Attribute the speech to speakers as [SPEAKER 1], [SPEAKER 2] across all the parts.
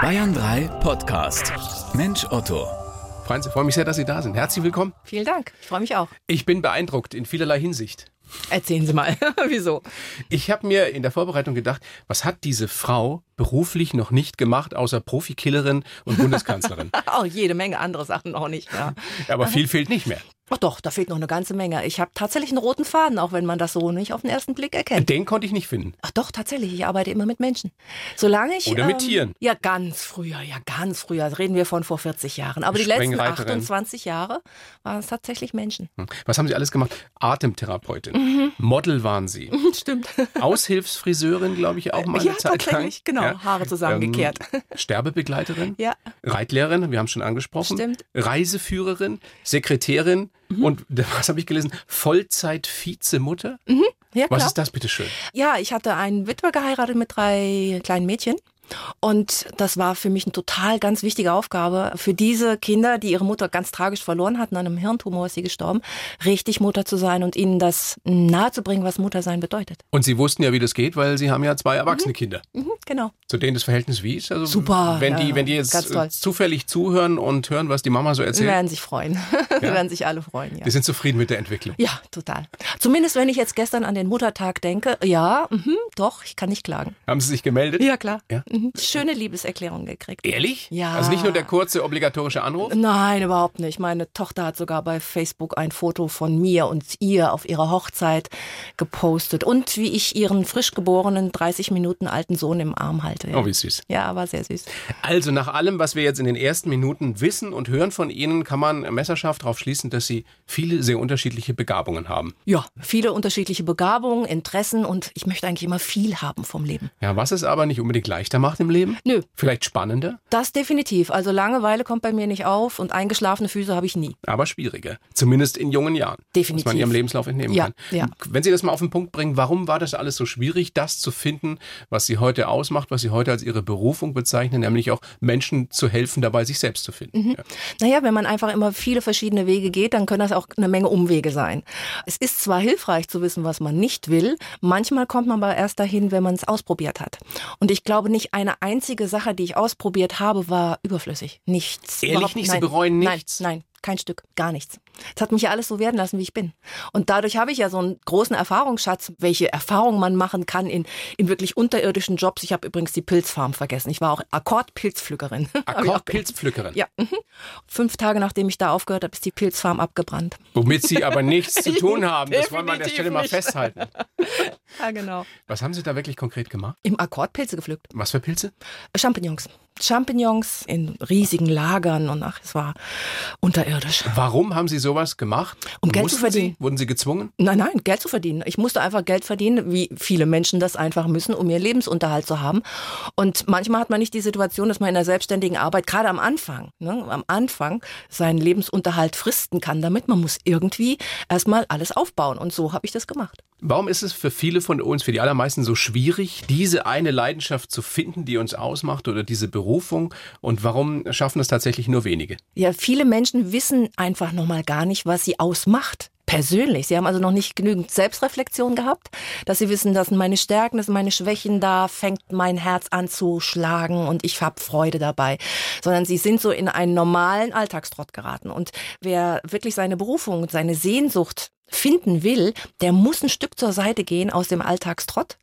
[SPEAKER 1] Bayern 3 Podcast. Mensch Otto.
[SPEAKER 2] Franz, ich freue mich sehr, dass Sie da sind. Herzlich willkommen.
[SPEAKER 3] Vielen Dank. Ich freue mich auch.
[SPEAKER 2] Ich bin beeindruckt in vielerlei Hinsicht.
[SPEAKER 3] Erzählen Sie mal, wieso?
[SPEAKER 2] Ich habe mir in der Vorbereitung gedacht, was hat diese Frau beruflich noch nicht gemacht, außer Profikillerin und Bundeskanzlerin?
[SPEAKER 3] Auch jede Menge andere Sachen auch nicht. Ja.
[SPEAKER 2] Aber viel fehlt nicht mehr.
[SPEAKER 3] Ach doch, da fehlt noch eine ganze Menge. Ich habe tatsächlich einen roten Faden, auch wenn man das so nicht auf den ersten Blick erkennt.
[SPEAKER 2] Den konnte ich nicht finden.
[SPEAKER 3] Ach doch, tatsächlich. Ich arbeite immer mit Menschen. Solange ich. ähm,
[SPEAKER 2] Oder mit Tieren.
[SPEAKER 3] Ja, ganz früher, ja, ganz früher. Reden wir von vor 40 Jahren. Aber die letzten
[SPEAKER 2] Sprengreiterin.
[SPEAKER 3] 28 Jahre waren es tatsächlich Menschen.
[SPEAKER 2] Hm. Was haben Sie alles gemacht? Atemtherapeutin, Model waren Sie,
[SPEAKER 3] Stimmt.
[SPEAKER 2] Aushilfsfriseurin, glaube ich, auch mal eine
[SPEAKER 3] Ja,
[SPEAKER 2] Zeit lang. Ähm,
[SPEAKER 3] tatsächlich, genau. Haare zusammengekehrt.
[SPEAKER 2] Sterbebegleiterin,
[SPEAKER 3] Ja.
[SPEAKER 2] Reitlehrerin, wir haben schon angesprochen,
[SPEAKER 3] Stimmt. Mhm.
[SPEAKER 2] Reiseführerin, Sekretärin und was habe ich gelesen? Vollzeit-Vizemutter?
[SPEAKER 3] Ja,
[SPEAKER 2] Was
[SPEAKER 3] Mhm, klar.
[SPEAKER 2] ist das, bitteschön?
[SPEAKER 3] Ja, ich hatte einen Witwer geheiratet mit drei kleinen Mädchen. Und das war für mich eine total ganz wichtige Aufgabe, für diese Kinder, die ihre Mutter ganz tragisch verloren hatten, an einem Hirntumor ist sie gestorben, richtig Mutter zu sein und ihnen das nahezubringen, was Muttersein bedeutet.
[SPEAKER 2] Und Sie wussten ja, wie das geht, weil Sie haben ja zwei erwachsene Kinder,
[SPEAKER 3] Mhm, genau.
[SPEAKER 2] zu denen das Verhältnis wie ist. Also
[SPEAKER 3] Super,
[SPEAKER 2] Wenn,
[SPEAKER 3] ja,
[SPEAKER 2] die,
[SPEAKER 3] ja,
[SPEAKER 2] wenn die jetzt
[SPEAKER 3] ganz toll.
[SPEAKER 2] äh, zufällig zuhören und hören, was die Mama so
[SPEAKER 3] Sie
[SPEAKER 2] erzählt,
[SPEAKER 3] werden sich freuen. Sie werden sich alle freuen, ja.
[SPEAKER 2] die sind zufrieden mit der Entwicklung.
[SPEAKER 3] Ja, total. Zumindest wenn ich jetzt gestern an den Muttertag denke, ja, mhm, doch, ich kann nicht klagen.
[SPEAKER 2] Haben Sie sich gemeldet?
[SPEAKER 3] Ja, klar.
[SPEAKER 2] Ja.
[SPEAKER 3] Mhm, schöne Liebeserklärung gekriegt.
[SPEAKER 2] Ehrlich?
[SPEAKER 3] Ja.
[SPEAKER 2] Also nicht nur der kurze obligatorische Anruf?
[SPEAKER 3] Nein, überhaupt nicht. Meine Tochter hat sogar bei Facebook ein Foto von mir und ihr auf ihrer Hochzeit gepostet und wie ich ihren frisch geborenen 30 Minuten alten Sohn im Arm halte. Ja,
[SPEAKER 2] Oh, wie süß.
[SPEAKER 3] ja war sehr süß.
[SPEAKER 2] Also nach allem, was wir jetzt in den ersten Minuten wissen und hören von Ihnen, kann man messerscharf darauf schließen, dass Sie viele sehr unterschiedliche Begabungen haben.
[SPEAKER 3] Ja, viele unterschiedliche Begabungen, Interessen und ich möchte eigentlich immer viel haben vom Leben.
[SPEAKER 2] Ja, was es aber nicht unbedingt leichter macht im Leben?
[SPEAKER 3] Nö.
[SPEAKER 2] Vielleicht spannender,
[SPEAKER 3] Das definitiv. Also Langeweile kommt bei mir nicht auf und eingeschlafene Füße habe ich nie.
[SPEAKER 2] aber schwieriger. Zumindest in jungen Jahren.
[SPEAKER 3] Definitiv.
[SPEAKER 2] Was man Ihrem Lebenslauf entnehmen
[SPEAKER 3] Ja,
[SPEAKER 2] kann.
[SPEAKER 3] ja.
[SPEAKER 2] Wenn Sie das mal auf den Punkt bringen, warum war das alles so schwierig, das zu finden, was Sie heute ausmacht, was Sie heute als Ihre Berufung bezeichnen, nämlich auch Menschen zu helfen, dabei sich selbst zu finden.
[SPEAKER 3] Mhm.
[SPEAKER 2] Ja.
[SPEAKER 3] Naja, wenn man einfach immer viele verschiedene Wege geht, dann können das auch eine Menge Umwege sein. Es ist zwar hilfreich zu wissen, was man nicht will, manchmal kommt man aber erst dahin, wenn man es ausprobiert hat. Und ich glaube, nicht eine einzige Sache, die ich ausprobiert habe, war überflüssig. Nichts.
[SPEAKER 2] Ehrlich
[SPEAKER 3] Überhaupt-
[SPEAKER 2] nicht? Sie
[SPEAKER 3] Nein,
[SPEAKER 2] bereuen
[SPEAKER 3] nein,
[SPEAKER 2] nichts?
[SPEAKER 3] Nein, kein Stück, gar nichts. Es hat mich ja alles so werden lassen, wie ich bin. Und dadurch habe ich ja so einen großen Erfahrungsschatz, welche Erfahrungen man machen kann in, in wirklich unterirdischen Jobs. Ich habe übrigens die Pilzfarm vergessen. Ich war auch Akkordpilzpflückerin. Habe ich auch
[SPEAKER 2] Akkordpilzpflückerin.
[SPEAKER 3] ja. mhm. Fünf Tage nachdem ich da aufgehört habe, ist die Pilzfarm abgebrannt.
[SPEAKER 2] Womit Sie aber nichts zu tun haben. Das wollen wir an der
[SPEAKER 3] Definitiv
[SPEAKER 2] Stelle mal
[SPEAKER 3] nicht.
[SPEAKER 2] festhalten.
[SPEAKER 3] Ja, genau.
[SPEAKER 2] Was haben Sie da wirklich konkret gemacht?
[SPEAKER 3] Im Akkord Pilze gepflückt.
[SPEAKER 2] Was für Pilze?
[SPEAKER 3] Champignons. Champignons in riesigen Lagern und ach, es war unterirdisch.
[SPEAKER 2] Warum haben Sie sowas gemacht?
[SPEAKER 3] Um Geld zu
[SPEAKER 2] Mussten
[SPEAKER 3] verdienen.
[SPEAKER 2] Sie? Wurden Sie gezwungen?
[SPEAKER 3] Nein, nein, Geld zu verdienen. Ich musste einfach Geld verdienen, wie viele Menschen das einfach müssen, um ihren Lebensunterhalt zu haben. Und manchmal hat man nicht die Situation, dass man in der selbstständigen Arbeit, gerade am Anfang, ne, am Anfang seinen Lebensunterhalt fristen kann damit. Man muss irgendwie erstmal alles aufbauen. Und so habe ich das gemacht.
[SPEAKER 2] Warum ist es für viele von uns, für die allermeisten so schwierig, diese eine Leidenschaft zu finden, die uns ausmacht oder diese Berufung? Und warum schaffen es tatsächlich nur wenige?
[SPEAKER 3] Ja, viele Menschen wissen einfach noch mal gar nicht, was sie ausmacht. Persönlich. Sie haben also noch nicht genügend Selbstreflexion gehabt, dass sie wissen, das sind meine Stärken, das sind meine Schwächen, da fängt mein Herz an zu schlagen und ich habe Freude dabei. Sondern sie sind so in einen normalen Alltagstrott geraten. Und wer wirklich seine Berufung und seine Sehnsucht finden will, der muss ein Stück zur Seite gehen aus dem Alltagstrott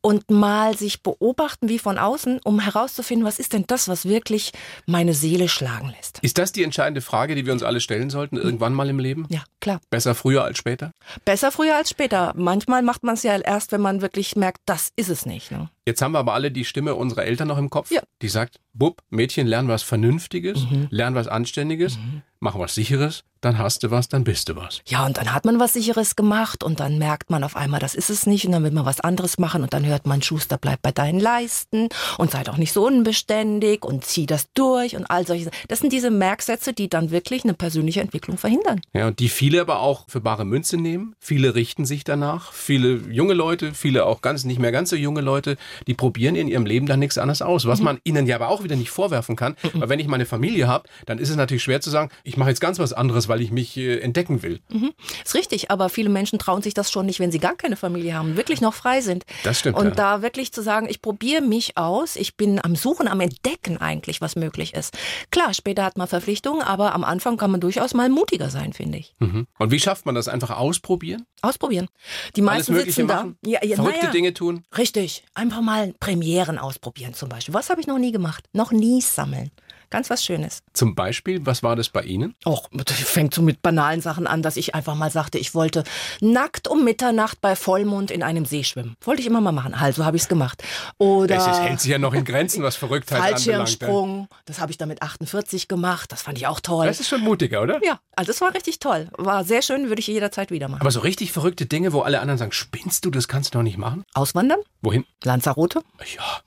[SPEAKER 3] und mal sich beobachten wie von außen, um herauszufinden, was ist denn das, was wirklich meine Seele schlagen lässt.
[SPEAKER 2] Ist das die entscheidende Frage, die wir uns alle stellen sollten, irgendwann mal im Leben?
[SPEAKER 3] Ja, klar.
[SPEAKER 2] Besser früher als später?
[SPEAKER 3] Besser früher als später. Manchmal macht man es ja erst, wenn man wirklich merkt, das ist es nicht. Ne?
[SPEAKER 2] Jetzt haben wir aber alle die Stimme unserer Eltern noch im Kopf,
[SPEAKER 3] Ja. Mhm.
[SPEAKER 2] die sagt, Bub, Mädchen, lern was Vernünftiges, lern was Anständiges, mach was Sicheres, dann hast du was, dann bist du was.
[SPEAKER 3] Ja, und dann hat man was Sicheres gemacht und dann merkt man auf einmal, das ist es nicht und dann will man was anderes machen und dann hört man, Schuster, bleib bei deinen Leisten und sei doch nicht so unbeständig und zieh das durch und all solche Sachen. Das sind diese Merksätze, die dann wirklich eine persönliche Entwicklung verhindern.
[SPEAKER 2] Ja, und die viele aber auch für bare Münze nehmen. Viele richten sich danach. Viele junge Leute, viele auch ganz nicht mehr ganz so junge Leute, die probieren in ihrem Leben dann nichts anderes aus.
[SPEAKER 3] Mhm.
[SPEAKER 2] Was man ihnen ja aber auch wieder nicht vorwerfen kann. Weil wenn ich meine Familie habe, dann ist es natürlich schwer zu sagen, ich mache jetzt ganz was anderes, ist, weil ich mich äh, entdecken will.
[SPEAKER 3] Mhm. Ist richtig, aber viele Menschen trauen sich das schon nicht, wenn sie gar keine Familie haben, wirklich noch frei sind.
[SPEAKER 2] Das stimmt,
[SPEAKER 3] Und
[SPEAKER 2] ja.
[SPEAKER 3] da wirklich zu sagen, ich probiere mich aus, ich bin am Suchen, am Entdecken eigentlich, was möglich ist. Klar, später hat man Verpflichtungen, aber am Anfang kann man durchaus mal mutiger sein, finde ich.
[SPEAKER 2] Mhm. Und wie schafft man das? Einfach ausprobieren?
[SPEAKER 3] Ausprobieren. Die
[SPEAKER 2] Alles
[SPEAKER 3] meisten
[SPEAKER 2] Mögliche
[SPEAKER 3] sitzen da.
[SPEAKER 2] machen? Verrückte
[SPEAKER 3] naja.
[SPEAKER 2] Dinge tun?
[SPEAKER 3] Richtig. Einfach mal Premieren ausprobieren zum Beispiel. Was habe ich noch nie gemacht? Noch nie sammeln. Ganz was Schönes.
[SPEAKER 2] Zum Beispiel, was war das bei Ihnen?
[SPEAKER 3] Och, das fängt so mit banalen Sachen an, dass ich einfach mal sagte, ich wollte nackt um Mitternacht bei Vollmond in einem See schwimmen. Wollte ich immer mal machen. Also habe ich es gemacht. Oder
[SPEAKER 2] es, es hält sich ja noch in Grenzen, was Verrücktheit anbelangt. ne?
[SPEAKER 3] Fallschirmsprung. Das habe ich dann mit 48 gemacht. Das fand ich auch toll.
[SPEAKER 2] Das ist schon mutiger, oder?
[SPEAKER 3] ja, also das war richtig toll. War sehr schön, würde ich jederzeit wieder machen.
[SPEAKER 2] Aber so richtig verrückte Dinge, wo alle anderen sagen, spinnst du, das kannst du doch nicht machen?
[SPEAKER 3] Auswandern?
[SPEAKER 2] Wohin?
[SPEAKER 3] Lanzarote?
[SPEAKER 2] Ja.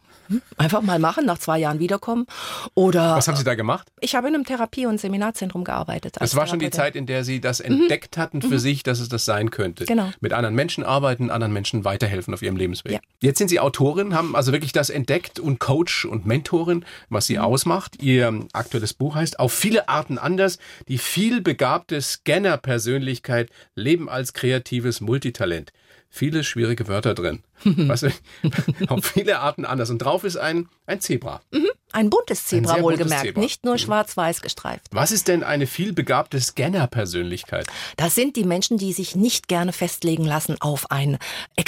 [SPEAKER 3] Einfach mal machen, nach zwei Jahren wiederkommen. Oder
[SPEAKER 2] Was haben Sie da gemacht?
[SPEAKER 3] Ich habe in einem Therapie- und Seminarzentrum gearbeitet. als
[SPEAKER 2] Das war schon die
[SPEAKER 3] Therapeutin.
[SPEAKER 2] Zeit, in der Sie das entdeckt hatten für sich, dass es das sein könnte.
[SPEAKER 3] Mhm. Genau.
[SPEAKER 2] Mit anderen Menschen arbeiten, anderen Menschen weiterhelfen auf ihrem Lebensweg.
[SPEAKER 3] Ja.
[SPEAKER 2] Jetzt sind Sie Autorin, haben also wirklich das entdeckt und Coach und Mentorin, was
[SPEAKER 3] Mhm.
[SPEAKER 2] Sie ausmacht. Ihr aktuelles Buch heißt Auf viele Arten anders, die vielbegabte Scanner-Persönlichkeit leben als kreatives Multitalent. Viele schwierige Wörter drin. Was, auf viele Arten anders. Und drauf ist ein, ein Zebra.
[SPEAKER 3] Ein buntes Zebra,
[SPEAKER 2] sehr buntes
[SPEAKER 3] wohlgemerkt,
[SPEAKER 2] Zebra. Mhm.
[SPEAKER 3] nicht nur schwarz-weiß gestreift.
[SPEAKER 2] Was ist denn eine vielbegabte Scanner-Persönlichkeit?
[SPEAKER 3] Das sind die Menschen, die sich nicht gerne festlegen lassen auf ein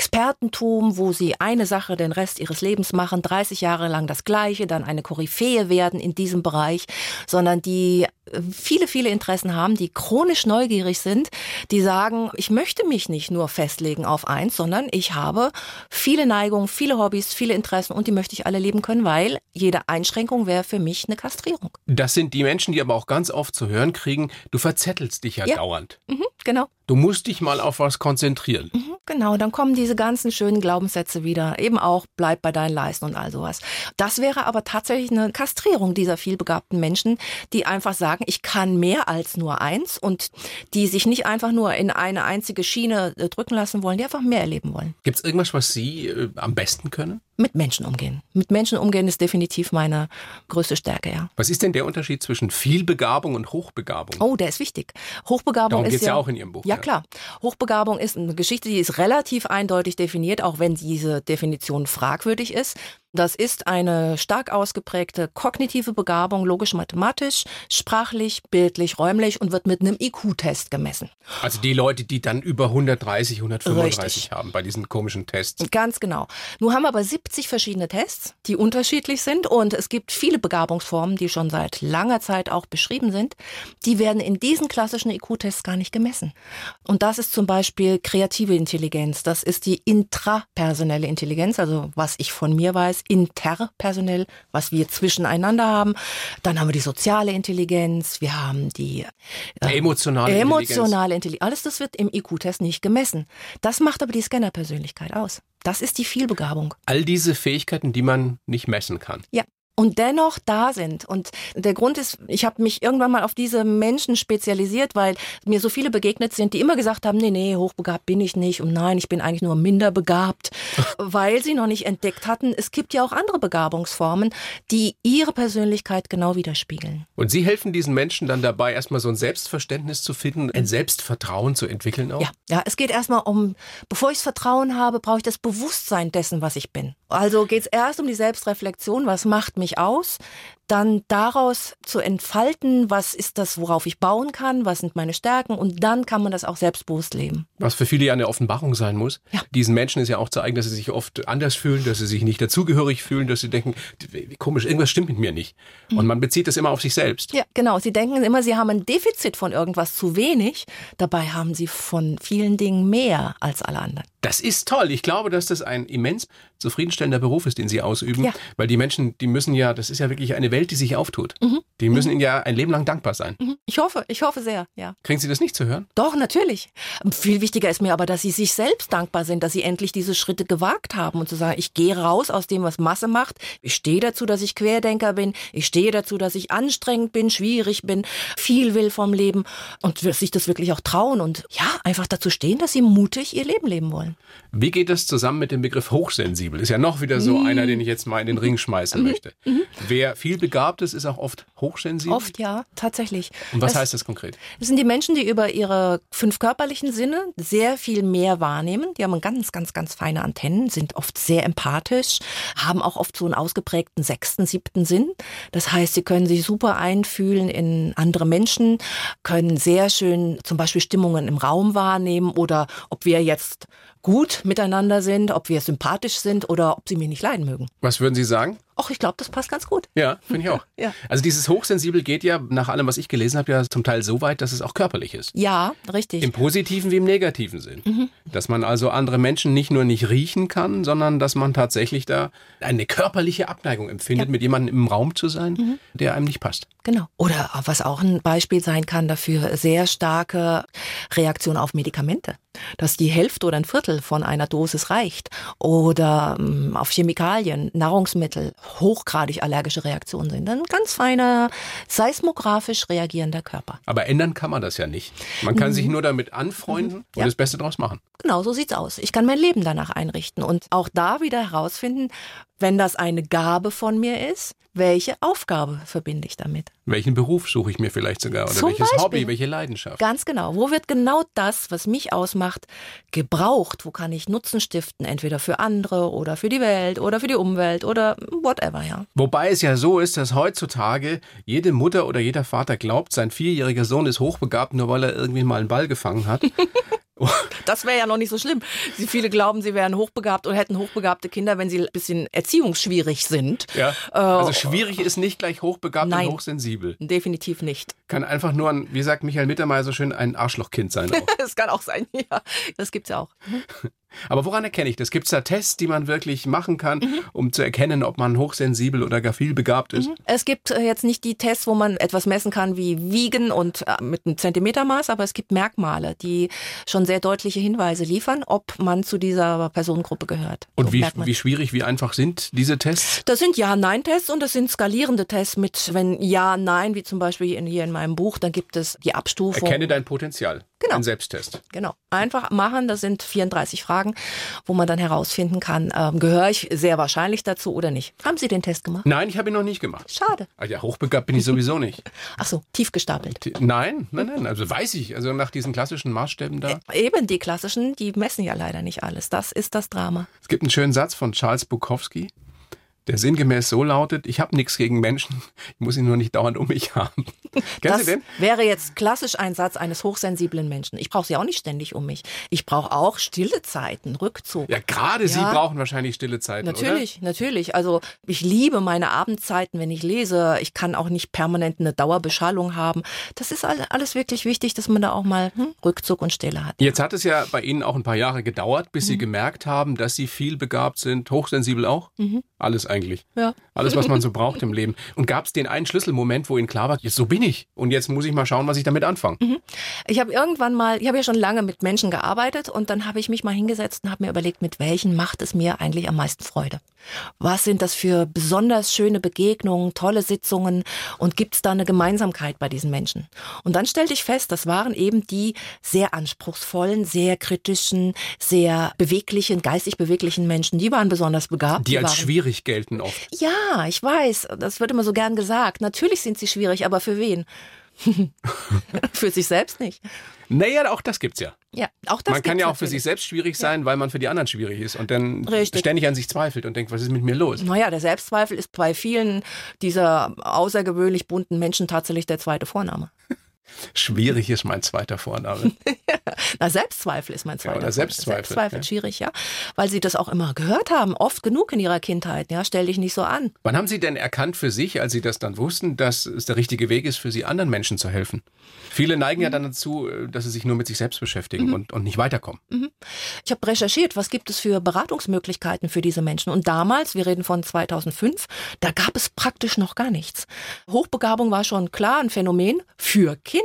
[SPEAKER 3] Expertentum, wo sie eine Sache den Rest ihres Lebens machen, 30 Jahre lang das Gleiche, dann eine Koryphäe werden in diesem Bereich, sondern die äh, viele, viele Interessen haben, die chronisch neugierig sind, die sagen, ich möchte mich nicht nur festlegen auf eins, sondern ich habe viele Neigungen, viele Hobbys, viele Interessen und die möchte ich alle leben können, weil jede Einschränkung wäre für mich eine Kastrierung.
[SPEAKER 2] Das sind die Menschen, die aber auch ganz oft zu hören kriegen, du verzettelst dich ja,
[SPEAKER 3] Ja.
[SPEAKER 2] dauernd.
[SPEAKER 3] Mhm, genau.
[SPEAKER 2] Du musst dich mal auf was konzentrieren.
[SPEAKER 3] Mhm, Genau, dann kommen diese ganzen schönen Glaubenssätze wieder. Eben auch, bleib bei deinen Leisten und all sowas. Das wäre aber tatsächlich eine Kastrierung dieser vielbegabten Menschen, die einfach sagen, ich kann mehr als nur eins und die sich nicht einfach nur in eine einzige Schiene äh, drücken lassen wollen, die einfach mehr erleben wollen.
[SPEAKER 2] Gibt es irgendwas, was Sie äh, am besten können?
[SPEAKER 3] Mit Menschen umgehen. Mit Menschen umgehen ist definitiv meine größte Stärke, ja.
[SPEAKER 2] Was ist denn der Unterschied zwischen Vielbegabung und Hochbegabung?
[SPEAKER 3] Oh, der ist wichtig. Hochbegabung
[SPEAKER 2] Darum
[SPEAKER 3] ist
[SPEAKER 2] geht's ja auch in Ihrem Buch,
[SPEAKER 3] Ja,
[SPEAKER 2] ja.
[SPEAKER 3] klar. Hochbegabung ist eine Geschichte, die ist relativ eindeutig definiert, auch wenn diese Definition fragwürdig ist. Das ist eine stark ausgeprägte kognitive Begabung, logisch-mathematisch, sprachlich, bildlich, räumlich und wird mit einem IQ-Test gemessen.
[SPEAKER 2] Also die Leute, die dann über 130, 135
[SPEAKER 3] Richtig.
[SPEAKER 2] haben bei diesen komischen Tests.
[SPEAKER 3] Ganz genau. Nun haben wir aber 70 verschiedene Tests, die unterschiedlich sind und es gibt viele Begabungsformen, die schon seit langer Zeit auch beschrieben sind. Die werden in diesen klassischen IQ-Tests gar nicht gemessen. Und das ist zum Beispiel kreative Intelligenz. Das ist die intrapersonelle Intelligenz, also was ich von mir weiß, interpersonell, was wir zwischeneinander haben. Dann haben wir die soziale Intelligenz, wir haben die äh,
[SPEAKER 2] Emotionale Intelligenz.
[SPEAKER 3] Emotionale Intelligenz. Alles das wird im IQ-Test nicht gemessen. Das macht aber die Scanner-Persönlichkeit aus. Das ist die Vielbegabung.
[SPEAKER 2] All diese Fähigkeiten, die man nicht messen kann.
[SPEAKER 3] Ja. Und dennoch da sind. Und der Grund ist, ich habe mich irgendwann mal auf diese Menschen spezialisiert, weil mir so viele begegnet sind, die immer gesagt haben, nee, nee, hochbegabt bin ich nicht und nein, ich bin eigentlich nur minder begabt, weil sie noch nicht entdeckt hatten, es gibt ja auch andere Begabungsformen, die ihre Persönlichkeit genau widerspiegeln.
[SPEAKER 2] Und Sie helfen diesen Menschen dann dabei, erstmal so ein Selbstverständnis zu finden, ein Selbstvertrauen zu entwickeln auch?
[SPEAKER 3] Ja, ja, es geht erstmal um, bevor ich Vertrauen habe, brauche ich das Bewusstsein dessen, was ich bin. Also geht es erst um die Selbstreflexion, was macht mich aus, dann daraus zu entfalten, was ist das, worauf ich bauen kann, was sind meine Stärken und dann kann man das auch selbstbewusst leben.
[SPEAKER 2] Was für viele ja eine Offenbarung sein muss.
[SPEAKER 3] Ja.
[SPEAKER 2] Diesen Menschen ist ja auch zu eigen, dass sie sich oft anders fühlen, dass sie sich nicht dazugehörig fühlen, dass sie denken, komisch, irgendwas stimmt mit mir nicht. Und man bezieht das immer auf sich selbst.
[SPEAKER 3] Mhm. Ja, genau. Sie denken immer, sie haben ein Defizit von irgendwas zu wenig, dabei haben sie von vielen Dingen mehr als alle anderen.
[SPEAKER 2] Das ist toll. Ich glaube, dass das ein immens zufriedenstellender Beruf ist, den sie ausüben.
[SPEAKER 3] Ja.
[SPEAKER 2] Weil die Menschen, die müssen ja, das ist ja wirklich eine Welt, die sich auftut.
[SPEAKER 3] Mhm.
[SPEAKER 2] Die müssen ihnen ja ein Leben lang dankbar sein.
[SPEAKER 3] Ich hoffe, ich hoffe sehr, ja.
[SPEAKER 2] Kriegen sie das nicht zu hören?
[SPEAKER 3] Doch, natürlich. Viel wichtiger ist mir aber, dass sie sich selbst dankbar sind, dass sie endlich diese Schritte gewagt haben und zu sagen, ich gehe raus aus dem, was Masse macht. Ich stehe dazu, dass ich Querdenker bin. Ich stehe dazu, dass ich anstrengend bin, schwierig bin, viel will vom Leben und sich das wirklich auch trauen und ja, einfach dazu stehen, dass sie mutig ihr Leben leben wollen. Mhm.
[SPEAKER 2] Wie geht das zusammen mit dem Begriff hochsensibel? Ist ja noch wieder so einer, den ich jetzt mal in den Ring schmeißen möchte. Wer viel begabt ist, ist auch oft hochsensibel.
[SPEAKER 3] Oft ja, tatsächlich.
[SPEAKER 2] Und was
[SPEAKER 3] das
[SPEAKER 2] heißt das konkret?
[SPEAKER 3] Das sind die Menschen, die über ihre fünf körperlichen Sinne sehr viel mehr wahrnehmen. Die haben ganz, ganz, ganz feine Antennen, sind oft sehr empathisch, haben auch oft so einen ausgeprägten sechsten, siebten Sinn. Das heißt, sie können sich super einfühlen in andere Menschen, können sehr schön zum Beispiel Stimmungen im Raum wahrnehmen oder ob wir jetzt gut miteinander sind, ob wir sympathisch sind oder ob sie mich nicht leiden mögen.
[SPEAKER 2] Was würden Sie sagen?
[SPEAKER 3] Och, ich glaube, das passt ganz gut.
[SPEAKER 2] Ja, finde ich auch.
[SPEAKER 3] Ja.
[SPEAKER 2] Also dieses Hochsensibel geht ja nach allem, was ich gelesen habe, ja zum Teil so weit, dass es auch körperlich ist.
[SPEAKER 3] Ja, richtig.
[SPEAKER 2] Im positiven wie im negativen Sinn.
[SPEAKER 3] Mhm.
[SPEAKER 2] Dass man also andere Menschen nicht nur nicht riechen kann, sondern dass man tatsächlich da eine körperliche Abneigung empfindet, mit jemandem im Raum zu sein,
[SPEAKER 3] Mhm.
[SPEAKER 2] der einem nicht passt.
[SPEAKER 3] Genau. Oder was auch ein Beispiel sein kann dafür, sehr starke Reaktion auf Medikamente. Dass die Hälfte oder ein Viertel von einer Dosis reicht. Oder ähm, auf Chemikalien, Nahrungsmittel, hochgradig allergische Reaktionen sind. Dann ganz feiner, seismografisch reagierender Körper.
[SPEAKER 2] Aber ändern kann man das ja nicht. Man kann sich nur damit anfreunden und
[SPEAKER 3] Mhm. Ja.
[SPEAKER 2] das Beste draus machen.
[SPEAKER 3] Genau, so sieht's aus. Ich kann mein Leben danach einrichten und auch da wieder herausfinden, wenn das eine Gabe von mir ist, welche Aufgabe verbinde ich damit?
[SPEAKER 2] Welchen Beruf suche ich mir vielleicht sogar? Oder
[SPEAKER 3] Zum
[SPEAKER 2] welches
[SPEAKER 3] Beispiel.
[SPEAKER 2] Hobby, welche Leidenschaft?
[SPEAKER 3] Ganz genau. Wo wird genau das, was mich ausmacht, gebraucht? Wo kann ich Nutzen stiften? Entweder für andere oder für die Welt oder für die Umwelt oder whatever, ja.
[SPEAKER 2] Wobei es ja so ist, dass heutzutage jede Mutter oder jeder Vater glaubt, sein vierjähriger Sohn ist hochbegabt, nur weil er irgendwie mal einen Ball gefangen hat.
[SPEAKER 3] Das wäre ja noch nicht so schlimm. Sie, viele glauben, sie wären hochbegabt oder hätten hochbegabte Kinder, wenn sie ein bisschen erziehungsschwierig sind.
[SPEAKER 2] Ja.
[SPEAKER 3] Äh,
[SPEAKER 2] Also schwierig ist nicht gleich hochbegabt
[SPEAKER 3] Nein.
[SPEAKER 2] und hochsensibel.
[SPEAKER 3] definitiv nicht.
[SPEAKER 2] Kann einfach nur ein, wie sagt Michael Mittermeier so schön, ein Arschlochkind sein. Auch.
[SPEAKER 3] Das kann auch sein, ja. Das gibt's ja auch.
[SPEAKER 2] Aber woran erkenne ich das? Gibt es da Tests, die man wirklich machen kann,
[SPEAKER 3] Mhm.
[SPEAKER 2] um zu erkennen, ob man hochsensibel oder gar viel begabt ist?
[SPEAKER 3] Es gibt äh, jetzt nicht die Tests, wo man etwas messen kann wie Wiegen und äh, mit einem Zentimetermaß, aber es gibt Merkmale, die schon sehr deutliche Hinweise liefern, ob man zu dieser Personengruppe gehört.
[SPEAKER 2] Und
[SPEAKER 3] So
[SPEAKER 2] wie,
[SPEAKER 3] merkt man.
[SPEAKER 2] wie schwierig, wie einfach sind diese Tests?
[SPEAKER 3] Das sind Ja-Nein-Tests und das sind skalierende Tests mit, wenn Ja, Nein, wie zum Beispiel in, hier in meinem Buch, dann gibt es die Abstufung.
[SPEAKER 2] Erkenne dein Potenzial.
[SPEAKER 3] Genau.
[SPEAKER 2] Ein Selbsttest.
[SPEAKER 3] Genau. Einfach machen. Das sind 34 Fragen, wo man dann herausfinden kann, ähm, gehöre ich sehr wahrscheinlich dazu oder nicht. Haben Sie den Test gemacht?
[SPEAKER 2] Nein, ich habe ihn noch nicht gemacht.
[SPEAKER 3] Schade.
[SPEAKER 2] Ah ja, hochbegabt bin ich sowieso nicht.
[SPEAKER 3] Ach so, tief gestapelt.
[SPEAKER 2] Die- Nein, nein, nein. Also weiß ich. Also nach diesen klassischen Maßstäben
[SPEAKER 3] Äh.
[SPEAKER 2] da.
[SPEAKER 3] Eben die klassischen, die messen ja leider nicht alles. Das ist das Drama.
[SPEAKER 2] Es gibt einen schönen Satz von Charles Bukowski, der sinngemäß so lautet: Ich habe nichts gegen Menschen, ich muss ihn nur nicht dauernd um mich haben. Kennen Sie
[SPEAKER 3] Das
[SPEAKER 2] den?
[SPEAKER 3] wäre jetzt klassisch ein Satz eines hochsensiblen Menschen. Ich brauche sie auch nicht ständig um mich. Ich brauche auch stille Zeiten, Rückzug.
[SPEAKER 2] Ja, gerade Sie
[SPEAKER 3] Ja.
[SPEAKER 2] brauchen wahrscheinlich stille Zeiten,
[SPEAKER 3] Natürlich, natürlich. Also ich liebe meine Abendzeiten, wenn ich lese. Ich kann auch nicht permanent eine Dauerbeschallung haben. Das ist all- alles wirklich wichtig, dass man da auch mal hm, Rückzug und Stille hat.
[SPEAKER 2] oder? Jetzt hat es ja bei Ihnen auch ein paar Jahre gedauert, bis
[SPEAKER 3] Mhm.
[SPEAKER 2] Sie gemerkt haben, dass Sie viel begabt sind, hochsensibel auch. Alles eigentlich.
[SPEAKER 3] Mhm. Ja.
[SPEAKER 2] Alles, was man so braucht im Leben. Und gab es den einen Schlüsselmoment, wo Ihnen klar war, jetzt so bin ich. Und jetzt muss ich mal schauen, was ich damit anfange.
[SPEAKER 3] Mhm. Ich habe irgendwann mal, ich habe ja schon lange mit Menschen gearbeitet und dann habe ich mich mal hingesetzt und habe mir überlegt, mit welchen macht es mir eigentlich am meisten Freude? Was sind das für besonders schöne Begegnungen, tolle Sitzungen und gibt es da eine Gemeinsamkeit bei diesen Menschen? Und dann stellte ich fest, das waren eben die sehr anspruchsvollen, sehr kritischen, sehr beweglichen, geistig beweglichen Menschen. Die waren besonders begabt.
[SPEAKER 2] Die als
[SPEAKER 3] waren
[SPEAKER 2] schwierig gelten oft.
[SPEAKER 3] ja, ich weiß, das wird immer so gern gesagt. Natürlich sind sie schwierig, aber für wen? für sich selbst nicht.
[SPEAKER 2] Naja, auch das gibt's ja.
[SPEAKER 3] Ja, auch das
[SPEAKER 2] man kann ja auch
[SPEAKER 3] gibt's
[SPEAKER 2] für sich
[SPEAKER 3] natürlich.
[SPEAKER 2] selbst schwierig sein, weil man für die anderen schwierig ist und dann
[SPEAKER 3] Richtig. Mhm.
[SPEAKER 2] ständig an sich zweifelt und denkt, was ist mit mir los?
[SPEAKER 3] Naja, der Selbstzweifel ist bei vielen dieser außergewöhnlich bunten Menschen tatsächlich der zweite Vorname.
[SPEAKER 2] Schwierig ist mein zweiter Vorname.
[SPEAKER 3] Na, Selbstzweifel ist mein zweiter
[SPEAKER 2] oder
[SPEAKER 3] Vorname.
[SPEAKER 2] Selbstzweifel,
[SPEAKER 3] Selbstzweifel,
[SPEAKER 2] ja.
[SPEAKER 3] schwierig, ja. Weil sie das auch immer gehört haben, oft genug in ihrer Kindheit. Ja, stell dich nicht so an.
[SPEAKER 2] Wann haben Sie denn erkannt für sich, als Sie das dann wussten, dass es der richtige Weg ist, für Sie anderen Menschen zu helfen? Viele neigen
[SPEAKER 3] Mhm.
[SPEAKER 2] ja dann dazu, dass sie sich nur mit sich selbst beschäftigen und, und nicht weiterkommen.
[SPEAKER 3] Mhm. Ich habe recherchiert, was gibt es für Beratungsmöglichkeiten für diese Menschen. Und damals, wir reden von 2005, da gab es praktisch noch gar nichts. Hochbegabung war schon klar ein Phänomen für Kinder.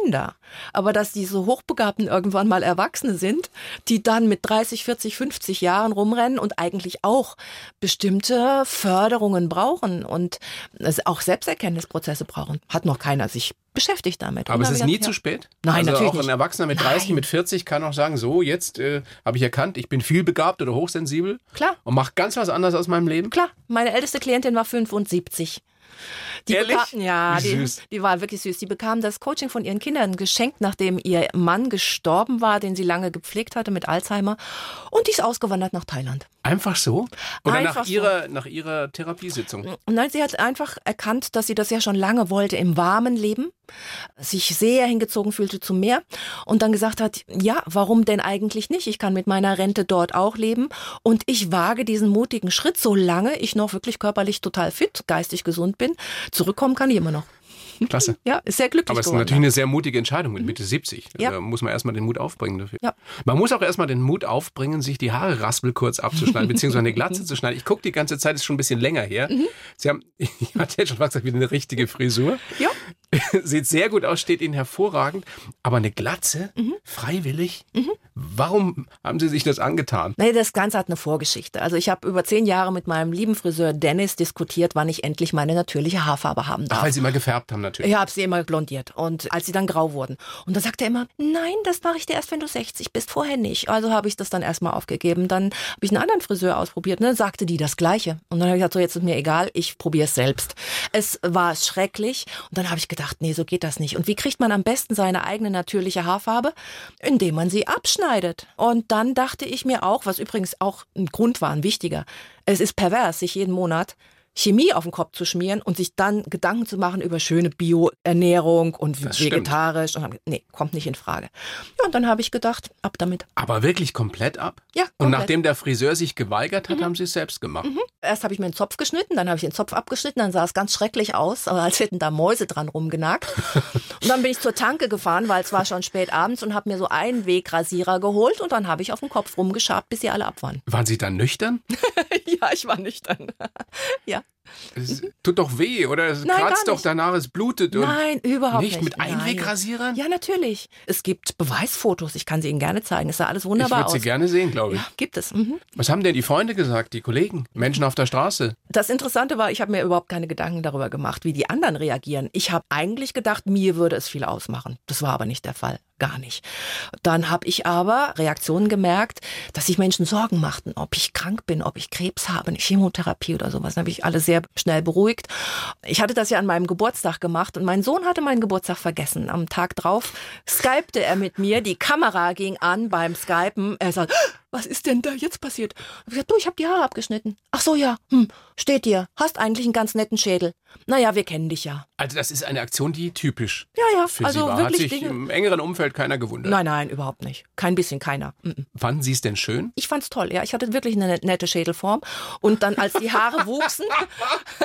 [SPEAKER 3] Aber dass diese Hochbegabten irgendwann mal Erwachsene sind, die dann mit 30, 40, 50 Jahren rumrennen und eigentlich auch bestimmte Förderungen brauchen und es auch Selbsterkenntnisprozesse brauchen, hat noch keiner sich beschäftigt damit.
[SPEAKER 2] Aber
[SPEAKER 3] Und
[SPEAKER 2] es
[SPEAKER 3] da
[SPEAKER 2] ist
[SPEAKER 3] hab ich
[SPEAKER 2] nie
[SPEAKER 3] gedacht,
[SPEAKER 2] zu
[SPEAKER 3] Genau, ja.
[SPEAKER 2] spät.
[SPEAKER 3] Nein,
[SPEAKER 2] also
[SPEAKER 3] natürlich
[SPEAKER 2] auch ein
[SPEAKER 3] nicht.
[SPEAKER 2] Erwachsener mit 30,
[SPEAKER 3] Nein.
[SPEAKER 2] mit 40 kann auch sagen, so, jetzt äh, habe ich erkannt, ich bin viel begabt oder hochsensibel
[SPEAKER 3] Klar.
[SPEAKER 2] und mache ganz was anderes aus meinem Leben.
[SPEAKER 3] Klar, meine älteste Klientin war 75. Die
[SPEAKER 2] Ehrlich?
[SPEAKER 3] Bekamen, ja,
[SPEAKER 2] Wie
[SPEAKER 3] die,
[SPEAKER 2] süß.
[SPEAKER 3] die war wirklich süß. Die bekamen das Coaching von ihren Kindern geschenkt, nachdem ihr Mann gestorben war, den sie lange gepflegt hatte mit Alzheimer. Und die ist ausgewandert nach Thailand.
[SPEAKER 2] Einfach so? Oder nach,
[SPEAKER 3] Einfach so.
[SPEAKER 2] Ihrer, nach Ihrer Therapiesitzung?
[SPEAKER 3] Und Nein, sie hat einfach erkannt, dass sie das ja schon lange wollte im warmen Leben, sich sehr hingezogen fühlte zum Meer und dann gesagt hat, ja, warum denn eigentlich nicht? Ich kann mit meiner Rente dort auch leben und ich wage diesen mutigen Schritt, solange ich noch wirklich körperlich total fit, geistig gesund bin. Zurückkommen kann ich immer noch.
[SPEAKER 2] Klasse.
[SPEAKER 3] Ja, ist sehr glücklich
[SPEAKER 2] Aber es ist
[SPEAKER 3] geworden. Mhm.
[SPEAKER 2] natürlich eine sehr mutige Entscheidung mit Mitte 70.
[SPEAKER 3] Ja.
[SPEAKER 2] Da muss man erstmal den Mut aufbringen dafür.
[SPEAKER 3] Ja.
[SPEAKER 2] Man muss auch erstmal den Mut aufbringen, sich die Haare raspel kurz abzuschneiden, beziehungsweise eine Glatze zu schneiden. Ich gucke die ganze Zeit, ist schon ein bisschen länger her.
[SPEAKER 3] Mhm.
[SPEAKER 2] Sie haben, ich hatte ja schon fast gesagt, wieder eine richtige Frisur.
[SPEAKER 3] Ja.
[SPEAKER 2] Sieht sehr gut aus, steht Ihnen hervorragend. Aber eine Glatze,
[SPEAKER 3] Mhm.
[SPEAKER 2] freiwillig, warum haben Sie sich das angetan?
[SPEAKER 3] Nee, das Ganze hat eine Vorgeschichte. Also ich habe über zehn Jahre mit meinem lieben Friseur Dennis diskutiert, wann ich endlich meine natürliche Haarfarbe haben darf.
[SPEAKER 2] Ach, weil Sie mal gefärbt haben natürlich.
[SPEAKER 3] Ich habe sie immer blondiert und als sie dann grau wurden. Und dann sagt er immer, nein, das mache ich dir erst, wenn du 60 bist, vorher nicht. Also habe ich das dann erstmal aufgegeben. Dann habe ich einen anderen Friseur ausprobiert, ne, sagte die das Gleiche. Und dann habe ich gesagt, so jetzt ist mir egal, ich probiere es selbst. Es war schrecklich und dann habe ich gedacht, nee, so geht das nicht. Und wie kriegt man am besten seine eigene natürliche Haarfarbe? Indem man sie abschneidet. Und dann dachte ich mir auch, was übrigens auch ein Grund war, ein wichtiger, es ist pervers, sich jeden Monat Chemie auf den Kopf zu schmieren und sich dann Gedanken zu machen über schöne Bioernährung und
[SPEAKER 2] Das stimmt.
[SPEAKER 3] vegetarisch. Und haben, nee, kommt nicht in Frage. Ja, und dann habe ich gedacht, ab damit.
[SPEAKER 2] Aber wirklich komplett ab?
[SPEAKER 3] Ja,
[SPEAKER 2] Und
[SPEAKER 3] komplett. Mhm.
[SPEAKER 2] nachdem der Friseur sich geweigert hat, haben Sie es selbst gemacht.
[SPEAKER 3] Erst habe ich mir den Zopf geschnitten, dann habe ich den Zopf abgeschnitten, dann sah es ganz schrecklich aus, aber als hätten da Mäuse dran rumgenagt. Und dann bin ich zur Tanke gefahren, weil es war schon spät abends und habe mir so einen Wegrasierer geholt und dann habe ich auf den Kopf rumgeschabt, bis sie alle ab waren.
[SPEAKER 2] Waren Sie dann nüchtern?
[SPEAKER 3] ja, ich war nüchtern. ja.
[SPEAKER 2] Es tut doch weh, oder? Es
[SPEAKER 3] Mhm. Nein, gar
[SPEAKER 2] kratzt doch
[SPEAKER 3] nicht.
[SPEAKER 2] danach, es blutet.
[SPEAKER 3] Nein, überhaupt
[SPEAKER 2] nicht.
[SPEAKER 3] nicht.
[SPEAKER 2] Mit
[SPEAKER 3] Nein.
[SPEAKER 2] Einwegrasierern?
[SPEAKER 3] Ja, natürlich. Es gibt Beweisfotos. Ich kann sie Ihnen gerne zeigen. Es sah alles
[SPEAKER 2] ich
[SPEAKER 3] wunderbar
[SPEAKER 2] würde
[SPEAKER 3] aus.
[SPEAKER 2] sie gerne sehen, glaube ich.
[SPEAKER 3] ja, gibt es. Mhm.
[SPEAKER 2] Was haben denn die Freunde gesagt, die Kollegen, Menschen auf der Straße?
[SPEAKER 3] Das Interessante war, ich habe mir überhaupt keine Gedanken darüber gemacht, wie die anderen reagieren. Ich habe eigentlich gedacht, mir würde es viel ausmachen. Das war aber nicht der Fall. Gar nicht. Dann habe ich aber Reaktionen gemerkt, dass sich Menschen Sorgen machten, ob ich krank bin, ob ich Krebs habe, eine Chemotherapie oder sowas. Dann habe ich alle sehr schnell beruhigt. Ich hatte das ja an meinem Geburtstag gemacht und mein Sohn hatte meinen Geburtstag vergessen. Am Tag drauf skypte er mit mir. Die Kamera ging an beim Skypen. Er sagt, "Ah, was ist denn da jetzt passiert? Ich gesagt, du, ich habe die Haare abgeschnitten. Ach so, ja. Hm, steht dir. Hast eigentlich einen ganz netten Schädel. Naja, wir kennen dich ja.
[SPEAKER 2] Also das ist eine Aktion, die typisch
[SPEAKER 3] Ja, ja,
[SPEAKER 2] für
[SPEAKER 3] also
[SPEAKER 2] sie war. Hat
[SPEAKER 3] wirklich
[SPEAKER 2] sich
[SPEAKER 3] Dinge.
[SPEAKER 2] im engeren Umfeld keiner gewundert.
[SPEAKER 3] Nein, nein, überhaupt nicht. Kein bisschen, keiner. Mm, mm.
[SPEAKER 2] Fanden Sie es denn schön?
[SPEAKER 3] Ich fand's toll, ja. Ich hatte wirklich eine net- nette Schädelform. Und dann, als die Haare wuchsen,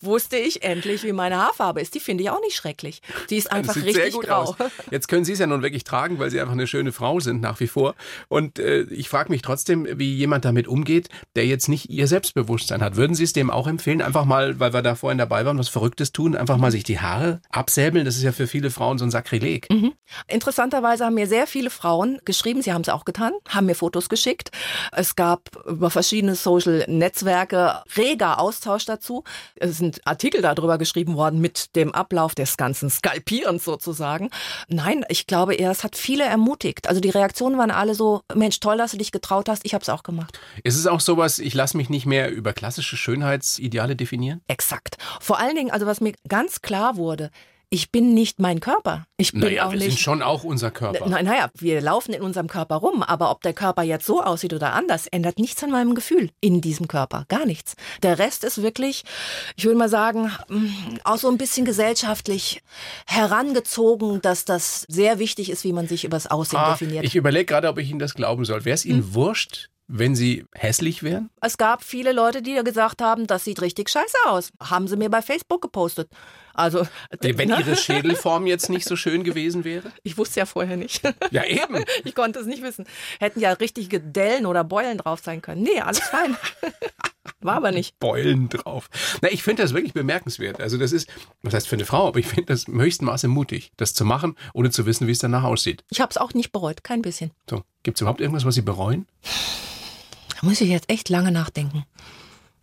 [SPEAKER 3] wusste ich endlich, wie meine Haarfarbe ist. Die finde ich auch nicht schrecklich. Die ist einfach
[SPEAKER 2] das sieht
[SPEAKER 3] richtig
[SPEAKER 2] sehr gut
[SPEAKER 3] grau.
[SPEAKER 2] aus. Jetzt können Sie es ja nun wirklich tragen, weil Sie einfach eine schöne Frau sind nach wie vor. Und äh, ich frage mich trotzdem, wie jemand damit umgeht, der jetzt nicht Ihr Selbstbewusstsein hat. Würden Sie es dem auch empfehlen, einfach mal, weil wir da vorhin dabei waren, was Verrücktes tun, einfach mal sich die Haare absäbeln? Das ist ja für viele Frauen so ein Sakrileg.
[SPEAKER 3] Mhm. Interessanterweise haben mir sehr viele Frauen geschrieben, sie haben es auch getan, haben mir Fotos geschickt. Es gab über verschiedene Social-Netzwerke reger Austausch dazu. Es sind Artikel darüber geschrieben worden mit dem Ablauf des ganzen Skalpierens sozusagen. Nein, ich glaube eher, es hat viele ermutigt. Also die Reaktionen waren alle so, Mensch, toll, dass du dich getraut hast, ich habe es auch gemacht.
[SPEAKER 2] Ist es auch sowas, ich lasse mich nicht mehr über klassische Schönheitsideale definieren?
[SPEAKER 3] Exakt. Vor allen Dingen, also was mir ganz klar wurde, ich bin nicht mein Körper. Ich bin
[SPEAKER 2] Naja,
[SPEAKER 3] auch
[SPEAKER 2] wir
[SPEAKER 3] nicht
[SPEAKER 2] sind schon auch unser Körper.
[SPEAKER 3] Na, naja, wir laufen in unserem Körper rum, aber ob der Körper jetzt so aussieht oder anders, ändert nichts an meinem Gefühl in diesem Körper. Gar nichts. Der Rest ist wirklich, ich würde mal sagen, mm, auch so ein bisschen gesellschaftlich herangezogen, dass das sehr wichtig ist, wie man sich übers Aussehen
[SPEAKER 2] Ah,
[SPEAKER 3] definiert. Mhm.
[SPEAKER 2] ich überlege gerade, ob ich Ihnen das glauben soll. Wäre es Ihnen wurscht, wenn Sie hässlich wären?
[SPEAKER 3] es gab viele Leute, die gesagt haben, das sieht richtig scheiße aus. Haben sie mir bei Facebook gepostet. Also,
[SPEAKER 2] Wenn
[SPEAKER 3] ne?
[SPEAKER 2] Ihre Schädelform jetzt nicht so schön gewesen wäre?
[SPEAKER 3] ich wusste ja vorher nicht.
[SPEAKER 2] Ja, eben.
[SPEAKER 3] Ich konnte es nicht wissen. Hätten ja richtige Dellen oder Beulen drauf sein können. Nee, alles fein. War aber nicht.
[SPEAKER 2] Beulen drauf. Na, ich finde das wirklich bemerkenswert. Also das ist, was heißt für eine Frau, aber ich finde das im höchsten Maße mutig, das zu machen, ohne zu wissen, wie es danach aussieht.
[SPEAKER 3] Ich habe es auch nicht bereut, kein bisschen.
[SPEAKER 2] So, gibt es überhaupt irgendwas, was Sie bereuen?
[SPEAKER 3] Da muss ich jetzt echt lange nachdenken.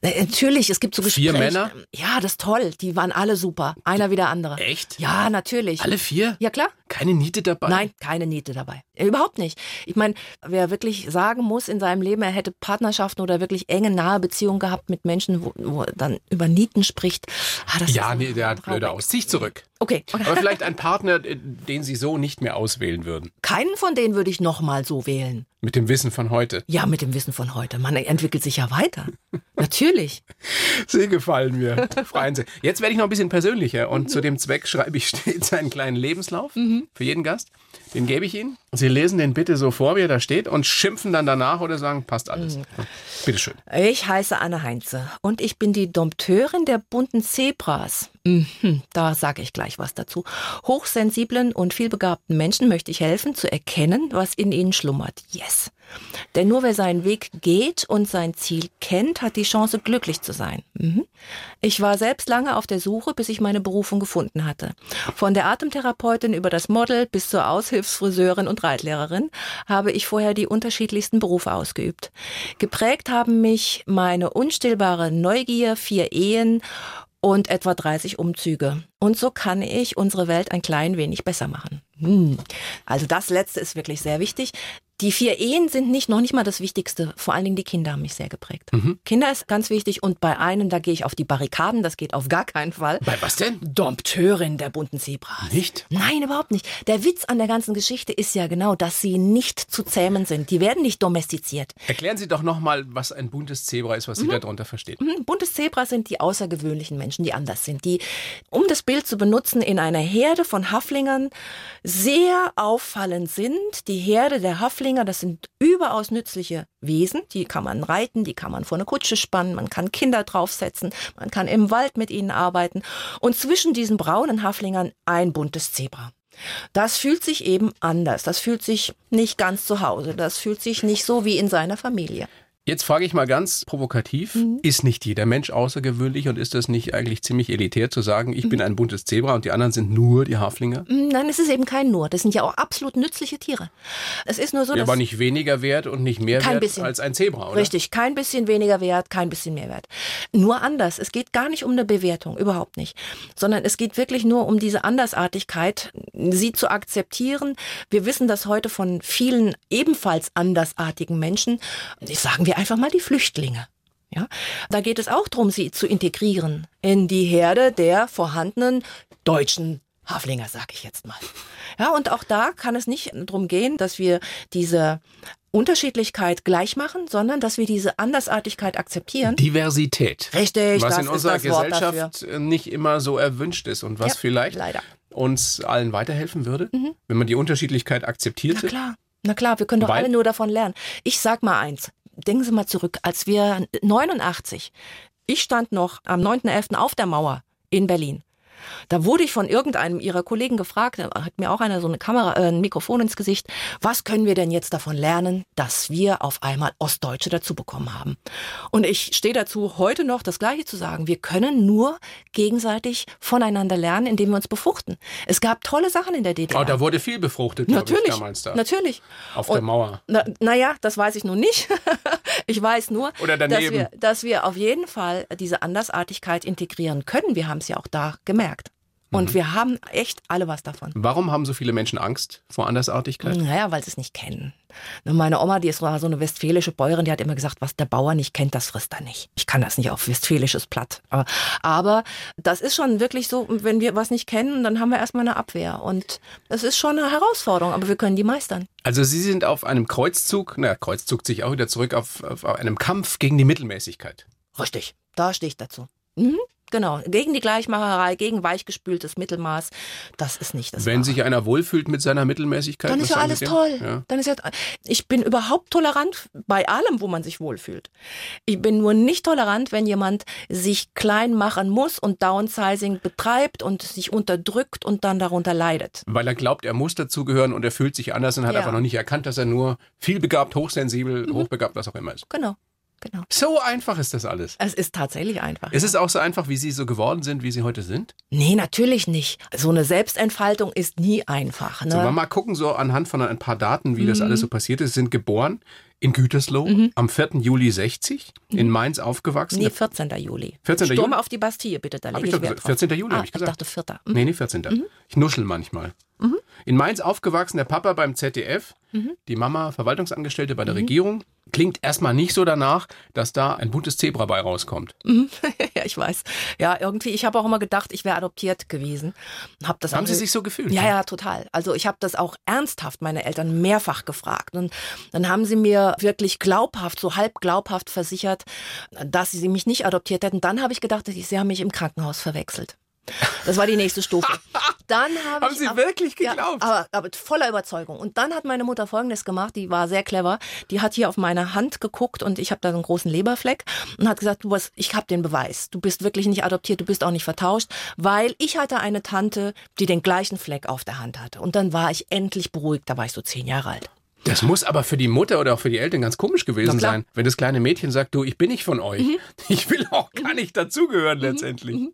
[SPEAKER 3] Äh, Natürlich, es gibt so Gespräche.
[SPEAKER 2] Vier Männer?
[SPEAKER 3] Ja, das ist toll. Die waren alle super. Einer wie der andere.
[SPEAKER 2] Echt?
[SPEAKER 3] Ja, natürlich.
[SPEAKER 2] Alle vier?
[SPEAKER 3] Ja, klar.
[SPEAKER 2] Keine Niete dabei?
[SPEAKER 3] Nein, keine Niete dabei. Äh, Überhaupt nicht. Ich meine, wer wirklich sagen muss in seinem Leben, er hätte Partnerschaften oder wirklich enge, nahe Beziehungen gehabt mit Menschen, wo, wo er dann über Nieten spricht. Ah, das
[SPEAKER 2] Ja,
[SPEAKER 3] ist
[SPEAKER 2] nee, der hat blöde
[SPEAKER 3] traurig.
[SPEAKER 2] aus. Zieh ich zurück.
[SPEAKER 3] Okay,
[SPEAKER 2] Aber vielleicht ein Partner, äh, den Sie so nicht mehr auswählen würden.
[SPEAKER 3] keinen von denen würde ich nochmal so wählen.
[SPEAKER 2] Mit dem Wissen von heute.
[SPEAKER 3] Ja, mit dem Wissen von heute. Man entwickelt sich ja weiter. Natürlich.
[SPEAKER 2] Sie gefallen mir. Freuen Sie. Jetzt werde ich noch ein bisschen persönlicher
[SPEAKER 3] Mhm.
[SPEAKER 2] und zu dem Zweck schreibe ich stets einen kleinen Lebenslauf für jeden Gast. Den gebe ich Ihnen. Sie lesen den bitte so vor, wie er da steht und schimpfen dann danach oder sagen, passt alles.
[SPEAKER 3] Mhm.
[SPEAKER 2] Bitteschön.
[SPEAKER 3] Ich heiße Anne Heinze und ich bin die Dompteurin der bunten Zebras. Mhm, da sage ich gleich was dazu. Hochsensiblen und vielbegabten Menschen möchte ich helfen zu erkennen, was in ihnen schlummert. Yes. Denn nur wer seinen Weg geht und sein Ziel kennt, hat die Chance, glücklich zu sein. Mhm. Ich war selbst lange auf der Suche, bis ich meine Berufung gefunden hatte. Von der Atemtherapeutin über das Model bis zur Aushilfsfriseurin und Reitlehrerin habe ich vorher die unterschiedlichsten Berufe ausgeübt. Geprägt haben mich meine unstillbare Neugier, vier Ehen und etwa 30 Umzüge. Und so kann ich unsere Welt ein klein wenig besser machen. Hm. Also das letzte ist wirklich sehr wichtig. Die vier Ehen sind nicht noch nicht mal das Wichtigste. Vor allen Dingen die Kinder haben mich sehr geprägt.
[SPEAKER 2] Mhm.
[SPEAKER 3] Kinder ist ganz wichtig und bei einem, da gehe ich auf die Barrikaden, das geht auf gar keinen Fall.
[SPEAKER 2] Bei was denn?
[SPEAKER 3] Dompteurin der bunten Zebras.
[SPEAKER 2] Nicht?
[SPEAKER 3] Nein, überhaupt nicht. Der Witz an der ganzen Geschichte ist ja genau, dass sie nicht zu zähmen sind. Die werden nicht domestiziert.
[SPEAKER 2] Erklären Sie doch nochmal, was ein buntes Zebra ist, was Sie darunter verstehen.
[SPEAKER 3] Mhm, Buntes Zebra sind die außergewöhnlichen Menschen, die anders sind, die, um das Bild zu benutzen, in einer Herde von Haflingern sehr auffallend sind. Die Herde der Haflinger, das sind überaus nützliche Wesen. Die kann man reiten, die kann man vor eine Kutsche spannen, man kann Kinder draufsetzen, man kann im Wald mit ihnen arbeiten. Und zwischen diesen braunen Haflingern ein buntes Zebra. Das fühlt sich eben anders. Das fühlt sich nicht ganz zu Hause. Das fühlt sich nicht so wie in seiner Familie.
[SPEAKER 2] Jetzt frage ich mal ganz provokativ,
[SPEAKER 3] Mhm.
[SPEAKER 2] ist nicht jeder Mensch außergewöhnlich und ist das nicht eigentlich ziemlich elitär zu sagen,
[SPEAKER 3] Mhm.
[SPEAKER 2] ich bin ein buntes Zebra und die anderen sind nur die Haflinger?
[SPEAKER 3] Nein, es ist eben kein Nur. Das sind ja auch absolut nützliche Tiere. Es ist nur so,
[SPEAKER 2] Ja,
[SPEAKER 3] dass.
[SPEAKER 2] aber nicht weniger wert und nicht mehr
[SPEAKER 3] Kein
[SPEAKER 2] wert
[SPEAKER 3] bisschen.
[SPEAKER 2] als ein Zebra, oder?
[SPEAKER 3] Richtig, kein bisschen weniger wert, kein bisschen mehr wert. Nur anders. Es geht gar nicht um eine Bewertung, überhaupt nicht. Sondern es geht wirklich nur um diese Andersartigkeit, sie zu akzeptieren. Wir wissen das heute von vielen ebenfalls andersartigen Menschen. Sagen wir einfach mal die Flüchtlinge. Ja, da geht es auch darum, sie zu integrieren in die Herde der vorhandenen deutschen Haflinger, sag ich jetzt mal. Ja, und auch da kann es nicht darum gehen, dass wir diese Unterschiedlichkeit gleich machen, sondern dass wir diese Andersartigkeit akzeptieren.
[SPEAKER 2] Diversität.
[SPEAKER 3] Richtig,
[SPEAKER 2] was
[SPEAKER 3] das
[SPEAKER 2] in unserer
[SPEAKER 3] ist das Wort dafür.
[SPEAKER 2] Gesellschaft äh, nicht immer so erwünscht ist und was
[SPEAKER 3] Ja,
[SPEAKER 2] vielleicht
[SPEAKER 3] leider. Mhm.
[SPEAKER 2] uns allen weiterhelfen würde, wenn man die Unterschiedlichkeit akzeptierte.
[SPEAKER 3] Na klar, na klar, wir können doch
[SPEAKER 2] Weil-
[SPEAKER 3] alle nur davon lernen. Ich sag mal eins. Denken Sie mal zurück, als wir 89, ich stand noch am 9.11. auf der Mauer in Berlin. Da wurde ich von irgendeinem ihrer Kollegen gefragt, da hat mir auch einer so eine Kamera, äh, ein Mikrofon ins Gesicht, was können wir denn jetzt davon lernen, dass wir auf einmal Ostdeutsche dazu bekommen haben? Und ich stehe dazu, heute noch das Gleiche zu sagen. Wir können nur gegenseitig voneinander lernen, indem wir uns befruchten. Es gab tolle Sachen in der DDR.
[SPEAKER 2] Oh, da wurde viel befruchtet, glaub
[SPEAKER 3] Natürlich,
[SPEAKER 2] ich, damals da.
[SPEAKER 3] natürlich.
[SPEAKER 2] Auf der Mauer.
[SPEAKER 3] Na, naja, das weiß ich nun nicht. ich weiß nur,
[SPEAKER 2] Oder
[SPEAKER 3] dass
[SPEAKER 2] daneben.
[SPEAKER 3] wir, dass wir auf jeden Fall diese Andersartigkeit integrieren können. Wir haben es ja auch da gemerkt. Und
[SPEAKER 2] Mhm.
[SPEAKER 3] wir haben echt alle was davon.
[SPEAKER 2] Warum haben so viele Menschen Angst vor Andersartigkeit?
[SPEAKER 3] Naja, weil sie es nicht kennen. Nur Meine Oma, die ist war so eine westfälische Bäuerin, die hat immer gesagt, was der Bauer nicht kennt, das frisst er nicht. Ich kann das nicht auf westfälisches Platt. Aber, aber das ist schon wirklich so, wenn wir was nicht kennen, dann haben wir erstmal eine Abwehr. Und es ist schon eine Herausforderung, aber wir können die meistern.
[SPEAKER 2] Also Sie sind auf einem Kreuzzug, na, Kreuzzug ziehe ich auch wieder zurück, auf, auf einem Kampf gegen die Mittelmäßigkeit.
[SPEAKER 3] Richtig, da stehe ich dazu. Mhm, genau, gegen die Gleichmacherei, gegen weichgespültes Mittelmaß, das ist nicht das.
[SPEAKER 2] wenn
[SPEAKER 3] Wahre.
[SPEAKER 2] sich einer wohlfühlt mit seiner Mittelmäßigkeit,
[SPEAKER 3] dann
[SPEAKER 2] was
[SPEAKER 3] ist ja
[SPEAKER 2] sagen
[SPEAKER 3] alles
[SPEAKER 2] Sie dem?
[SPEAKER 3] toll.
[SPEAKER 2] Ja.
[SPEAKER 3] Dann ist ja, ich bin überhaupt tolerant bei allem, wo man sich wohlfühlt. Ich bin nur nicht tolerant, wenn jemand sich klein machen muss und Downsizing betreibt und sich unterdrückt und dann darunter leidet.
[SPEAKER 2] Weil er glaubt, er muss dazugehören und er fühlt sich anders und hat
[SPEAKER 3] Ja. Mhm.
[SPEAKER 2] einfach noch nicht erkannt, dass er nur vielbegabt, hochsensibel, hochbegabt, was auch immer ist.
[SPEAKER 3] Genau, genau.
[SPEAKER 2] So einfach ist das alles.
[SPEAKER 3] Es ist tatsächlich einfach.
[SPEAKER 2] Ist es auch so einfach, wie Sie so geworden sind, wie Sie heute sind?
[SPEAKER 3] nee, natürlich nicht. So eine Selbstentfaltung ist nie einfach. Ne?
[SPEAKER 2] Sollen wir mal gucken, so anhand von ein paar Daten, wie das
[SPEAKER 3] Mhm.
[SPEAKER 2] alles so passiert ist. Sie sind geboren in Gütersloh am 4. Juli 60, in Mainz aufgewachsen.
[SPEAKER 3] Mhm. Nee, 14. Juli.
[SPEAKER 2] 14.
[SPEAKER 3] Sturm
[SPEAKER 2] Juli?
[SPEAKER 3] auf die Bastille, bitte, da
[SPEAKER 2] Hab
[SPEAKER 3] lege
[SPEAKER 2] ich
[SPEAKER 3] ich,
[SPEAKER 2] doch
[SPEAKER 3] Wert
[SPEAKER 2] gesagt.
[SPEAKER 3] drauf.
[SPEAKER 2] 14. Juli,
[SPEAKER 3] ah,
[SPEAKER 2] hab ich gesagt.
[SPEAKER 3] dachte 4. Hm? Mhm.
[SPEAKER 2] Nee, nee, 14. Ich nuschel manchmal. In Mainz aufgewachsen, der Papa beim ZDF, die Mama Verwaltungsangestellte
[SPEAKER 3] Mhm.
[SPEAKER 2] bei der Regierung. Klingt erstmal nicht so danach, dass da ein buntes Zebra bei rauskommt.
[SPEAKER 3] ja, ich weiß. Ja, irgendwie, ich habe auch immer gedacht, ich wäre adoptiert gewesen. Hab das
[SPEAKER 2] Haben
[SPEAKER 3] auch-
[SPEAKER 2] Sie sich so gefühlt?
[SPEAKER 3] Ja, ja, total. Also ich habe das auch ernsthaft meine Eltern mehrfach gefragt. Und dann haben sie mir wirklich glaubhaft, so halb glaubhaft versichert, dass sie mich nicht adoptiert hätten. Dann habe ich gedacht, sie haben mich im Krankenhaus verwechselt. Das war die nächste Stufe. Dann habe
[SPEAKER 2] Haben
[SPEAKER 3] ich
[SPEAKER 2] Sie
[SPEAKER 3] ab-
[SPEAKER 2] wirklich geglaubt?
[SPEAKER 3] Ja, aber, aber voller Überzeugung. Und dann hat meine Mutter Folgendes gemacht, die war sehr clever. Die hat hier auf meine Hand geguckt und ich habe da so einen großen Leberfleck und hat gesagt, du hast, ich habe den Beweis. Du bist wirklich nicht adoptiert, du bist auch nicht vertauscht, weil ich hatte eine Tante, die den gleichen Fleck auf der Hand hatte. Und dann war ich endlich beruhigt, da war ich so zehn Jahre alt.
[SPEAKER 2] Das muss aber für die Mutter oder auch für die Eltern ganz komisch gewesen
[SPEAKER 3] Na klar. Mhm.
[SPEAKER 2] sein, wenn das kleine Mädchen sagt, du, ich bin nicht von euch. Ich will auch gar nicht dazugehören letztendlich.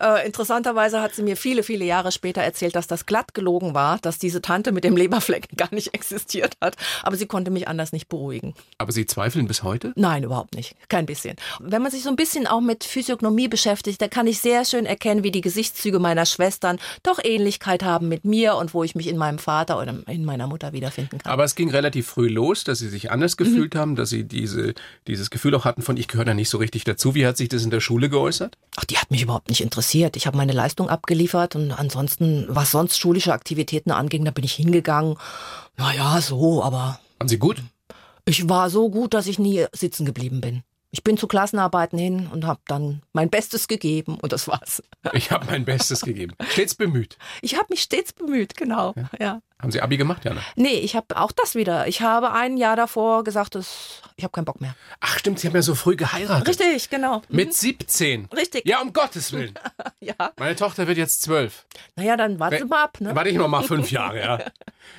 [SPEAKER 3] Äh, interessanterweise hat sie mir viele, viele Jahre später erzählt, dass das glatt gelogen war, dass diese Tante mit dem Leberfleck gar nicht existiert hat. Aber sie konnte mich anders nicht beruhigen.
[SPEAKER 2] Aber Sie zweifeln bis heute?
[SPEAKER 3] Nein, überhaupt nicht. Kein bisschen. Wenn man sich so ein bisschen auch mit Physiognomie beschäftigt, dann kann ich sehr schön erkennen, wie die Gesichtszüge meiner Schwestern doch Ähnlichkeit haben mit mir und wo ich mich in meinem Vater oder in meiner Mutter wiederfinden kann.
[SPEAKER 2] Aber es ging relativ früh los, dass Sie sich anders
[SPEAKER 3] Mhm.
[SPEAKER 2] gefühlt haben, dass Sie diese, dieses Gefühl auch hatten von, ich gehöre da nicht so richtig dazu. Wie hat sich das in der Schule geäußert?
[SPEAKER 3] Ach, die hat mich überhaupt nicht interessiert. Ich habe meine Leistung abgeliefert und ansonsten, was sonst schulische Aktivitäten anging, da bin ich hingegangen. Naja, so, aber
[SPEAKER 2] Waren Sie gut?
[SPEAKER 3] ich war so gut, dass ich nie sitzen geblieben bin. Ich bin zu Klassenarbeiten hin und habe dann mein Bestes gegeben und das war's.
[SPEAKER 2] Ich habe mein Bestes gegeben. Stets bemüht.
[SPEAKER 3] Ich habe mich stets bemüht, genau. ja.
[SPEAKER 2] Haben Sie Abi gemacht, Jana?
[SPEAKER 3] Nee, ich habe auch das wieder. Ich habe ein Jahr davor gesagt, das, ich habe keinen Bock mehr.
[SPEAKER 2] Ach stimmt, Sie haben ja so früh geheiratet.
[SPEAKER 3] Richtig, genau.
[SPEAKER 2] Mit 17.
[SPEAKER 3] Richtig.
[SPEAKER 2] Ja, um Gottes Willen.
[SPEAKER 3] Ja.
[SPEAKER 2] Meine Tochter wird jetzt zwölf.
[SPEAKER 3] Naja, dann warten Sie mal ab. Ne?
[SPEAKER 2] Warte ich noch mal fünf Jahre, ja.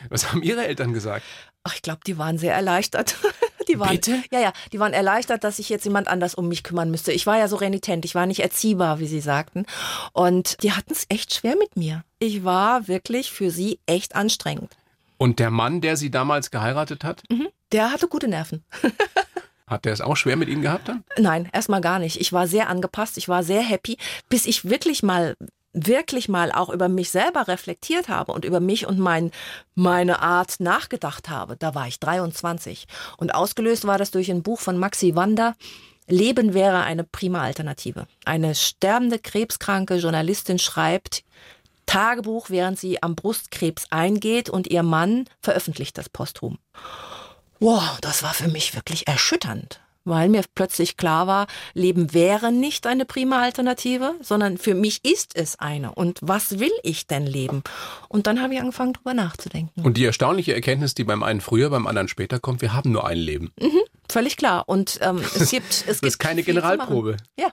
[SPEAKER 2] Was haben Ihre Eltern gesagt?
[SPEAKER 3] Ach, ich glaube, die waren sehr erleichtert. Die waren,
[SPEAKER 2] Bitte?
[SPEAKER 3] Ja, ja, die waren erleichtert, dass sich jetzt jemand anders um mich kümmern müsste. Ich war ja so renitent, ich war nicht erziehbar, wie sie sagten. Und die hatten es echt schwer mit mir. Ich war wirklich für sie echt anstrengend.
[SPEAKER 2] Und der Mann, der sie damals geheiratet hat,
[SPEAKER 3] Der hatte gute Nerven.
[SPEAKER 2] hat der es auch schwer mit ihnen gehabt dann?
[SPEAKER 3] Nein, erstmal gar nicht. Ich war sehr angepasst, ich war sehr happy, bis ich wirklich mal wirklich mal auch über mich selber reflektiert habe und über mich und mein, meine Art nachgedacht habe. Da war ich 23. Und ausgelöst war das durch ein Buch von Maxi Wander. Leben wäre eine prima Alternative. Eine sterbende, krebskranke Journalistin schreibt Tagebuch, während sie am Brustkrebs eingeht und ihr Mann veröffentlicht das posthum. Wow, das war für mich wirklich erschütternd, weil mir plötzlich klar war, Leben wäre nicht eine prima Alternative, sondern für mich ist es eine. Und was will ich denn leben? Und dann habe ich angefangen, drüber nachzudenken.
[SPEAKER 2] Und die erstaunliche Erkenntnis, die beim einen früher, beim anderen später kommt, wir haben nur ein Leben.
[SPEAKER 3] Völlig klar. Und ähm, es gibt, es gibt
[SPEAKER 2] ist keine
[SPEAKER 3] viel zu machen.
[SPEAKER 2] Generalprobe.
[SPEAKER 3] Ja.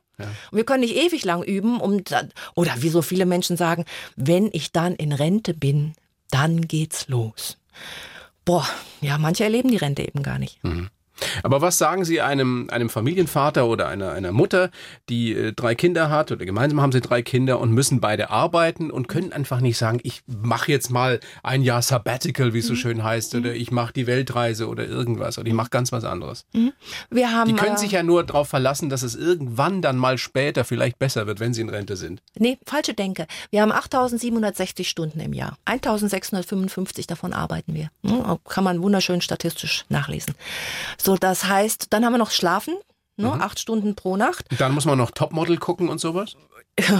[SPEAKER 3] Und wir können nicht ewig lang üben, um dann, oder wie so viele Menschen sagen, wenn ich dann in Rente bin, dann geht's los. Boah, ja, manche erleben die Rente eben gar nicht.
[SPEAKER 2] Aber was sagen Sie einem, einem Familienvater oder einer, einer Mutter, die äh, drei Kinder hat oder gemeinsam haben sie drei Kinder und müssen beide arbeiten und können einfach nicht sagen, ich mache jetzt mal ein Jahr Sabbatical, wie es so schön heißt, oder ich mache die Weltreise oder irgendwas oder ich mache ganz was anderes.
[SPEAKER 3] Wir haben,
[SPEAKER 2] Die können
[SPEAKER 3] äh,
[SPEAKER 2] sich ja nur darauf verlassen, dass es irgendwann dann mal später vielleicht besser wird, wenn sie in Rente sind.
[SPEAKER 3] Nee, falsche Denke. Wir haben 8760 Stunden im Jahr. 1655 davon arbeiten wir. Hm, Kann man wunderschön statistisch nachlesen. So, das heißt, dann haben wir noch Schlafen. Ne,
[SPEAKER 2] Mhm.
[SPEAKER 3] Acht Stunden pro Nacht.
[SPEAKER 2] Und dann muss man noch Topmodel gucken und sowas?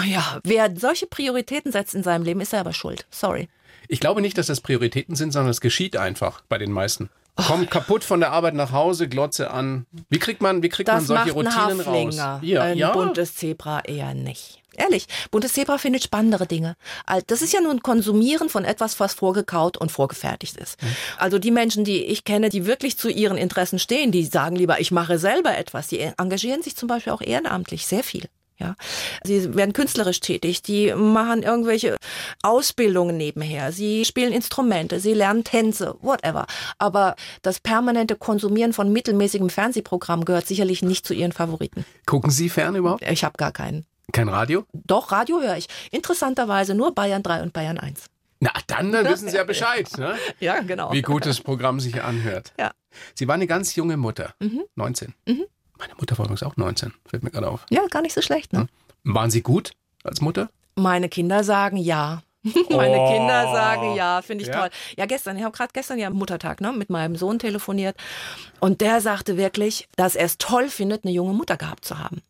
[SPEAKER 3] Ja, wer solche Prioritäten setzt in seinem Leben, ist selber schuld. Sorry.
[SPEAKER 2] Ich glaube nicht, dass das Prioritäten sind, sondern es geschieht einfach bei den meisten.
[SPEAKER 3] Oh.
[SPEAKER 2] Kommt kaputt von der Arbeit nach Hause, Glotze an. Wie kriegt man, wie kriegt man
[SPEAKER 3] Das macht
[SPEAKER 2] solche
[SPEAKER 3] ein
[SPEAKER 2] Routinen raus?
[SPEAKER 3] Haflinger, ein buntes Zebra eher nicht. Ehrlich, buntes Zebra findet spannendere Dinge. Al- Das ist ja nur ein Konsumieren von etwas, was vorgekaut und vorgefertigt ist. Also die Menschen, die ich kenne, die wirklich zu ihren Interessen stehen, die sagen lieber, ich mache selber etwas. Die engagieren sich zum Beispiel auch ehrenamtlich sehr viel. Ja, sie werden künstlerisch tätig, die machen irgendwelche Ausbildungen nebenher, sie spielen Instrumente, sie lernen Tänze, whatever. Aber das permanente Konsumieren von mittelmäßigem Fernsehprogramm gehört sicherlich nicht zu ihren Favoriten.
[SPEAKER 2] Gucken Sie fern überhaupt?
[SPEAKER 3] Ich habe gar keinen.
[SPEAKER 2] Kein Radio?
[SPEAKER 3] Doch, Radio höre ich. Interessanterweise nur Bayern 3 und Bayern 1.
[SPEAKER 2] Na, dann, dann wissen Sie ja Bescheid, ne?
[SPEAKER 3] Ja, genau.
[SPEAKER 2] wie gut das Programm sich anhört.
[SPEAKER 3] Ja. Mhm.
[SPEAKER 2] Sie war eine ganz junge Mutter, 19. Meine Mutter war übrigens auch 19, fällt mir gerade auf.
[SPEAKER 3] Ja, gar nicht so schlecht. Ne?
[SPEAKER 2] Waren Sie gut als Mutter?
[SPEAKER 3] Meine Kinder sagen ja. Meine
[SPEAKER 2] Oh.
[SPEAKER 3] Kinder sagen, ja, finde ich
[SPEAKER 2] Ja.
[SPEAKER 3] toll. Ja, gestern, ich habe gerade gestern ja Muttertag ne, mit meinem Sohn telefoniert und der sagte wirklich, dass er es toll findet, eine junge Mutter gehabt zu haben.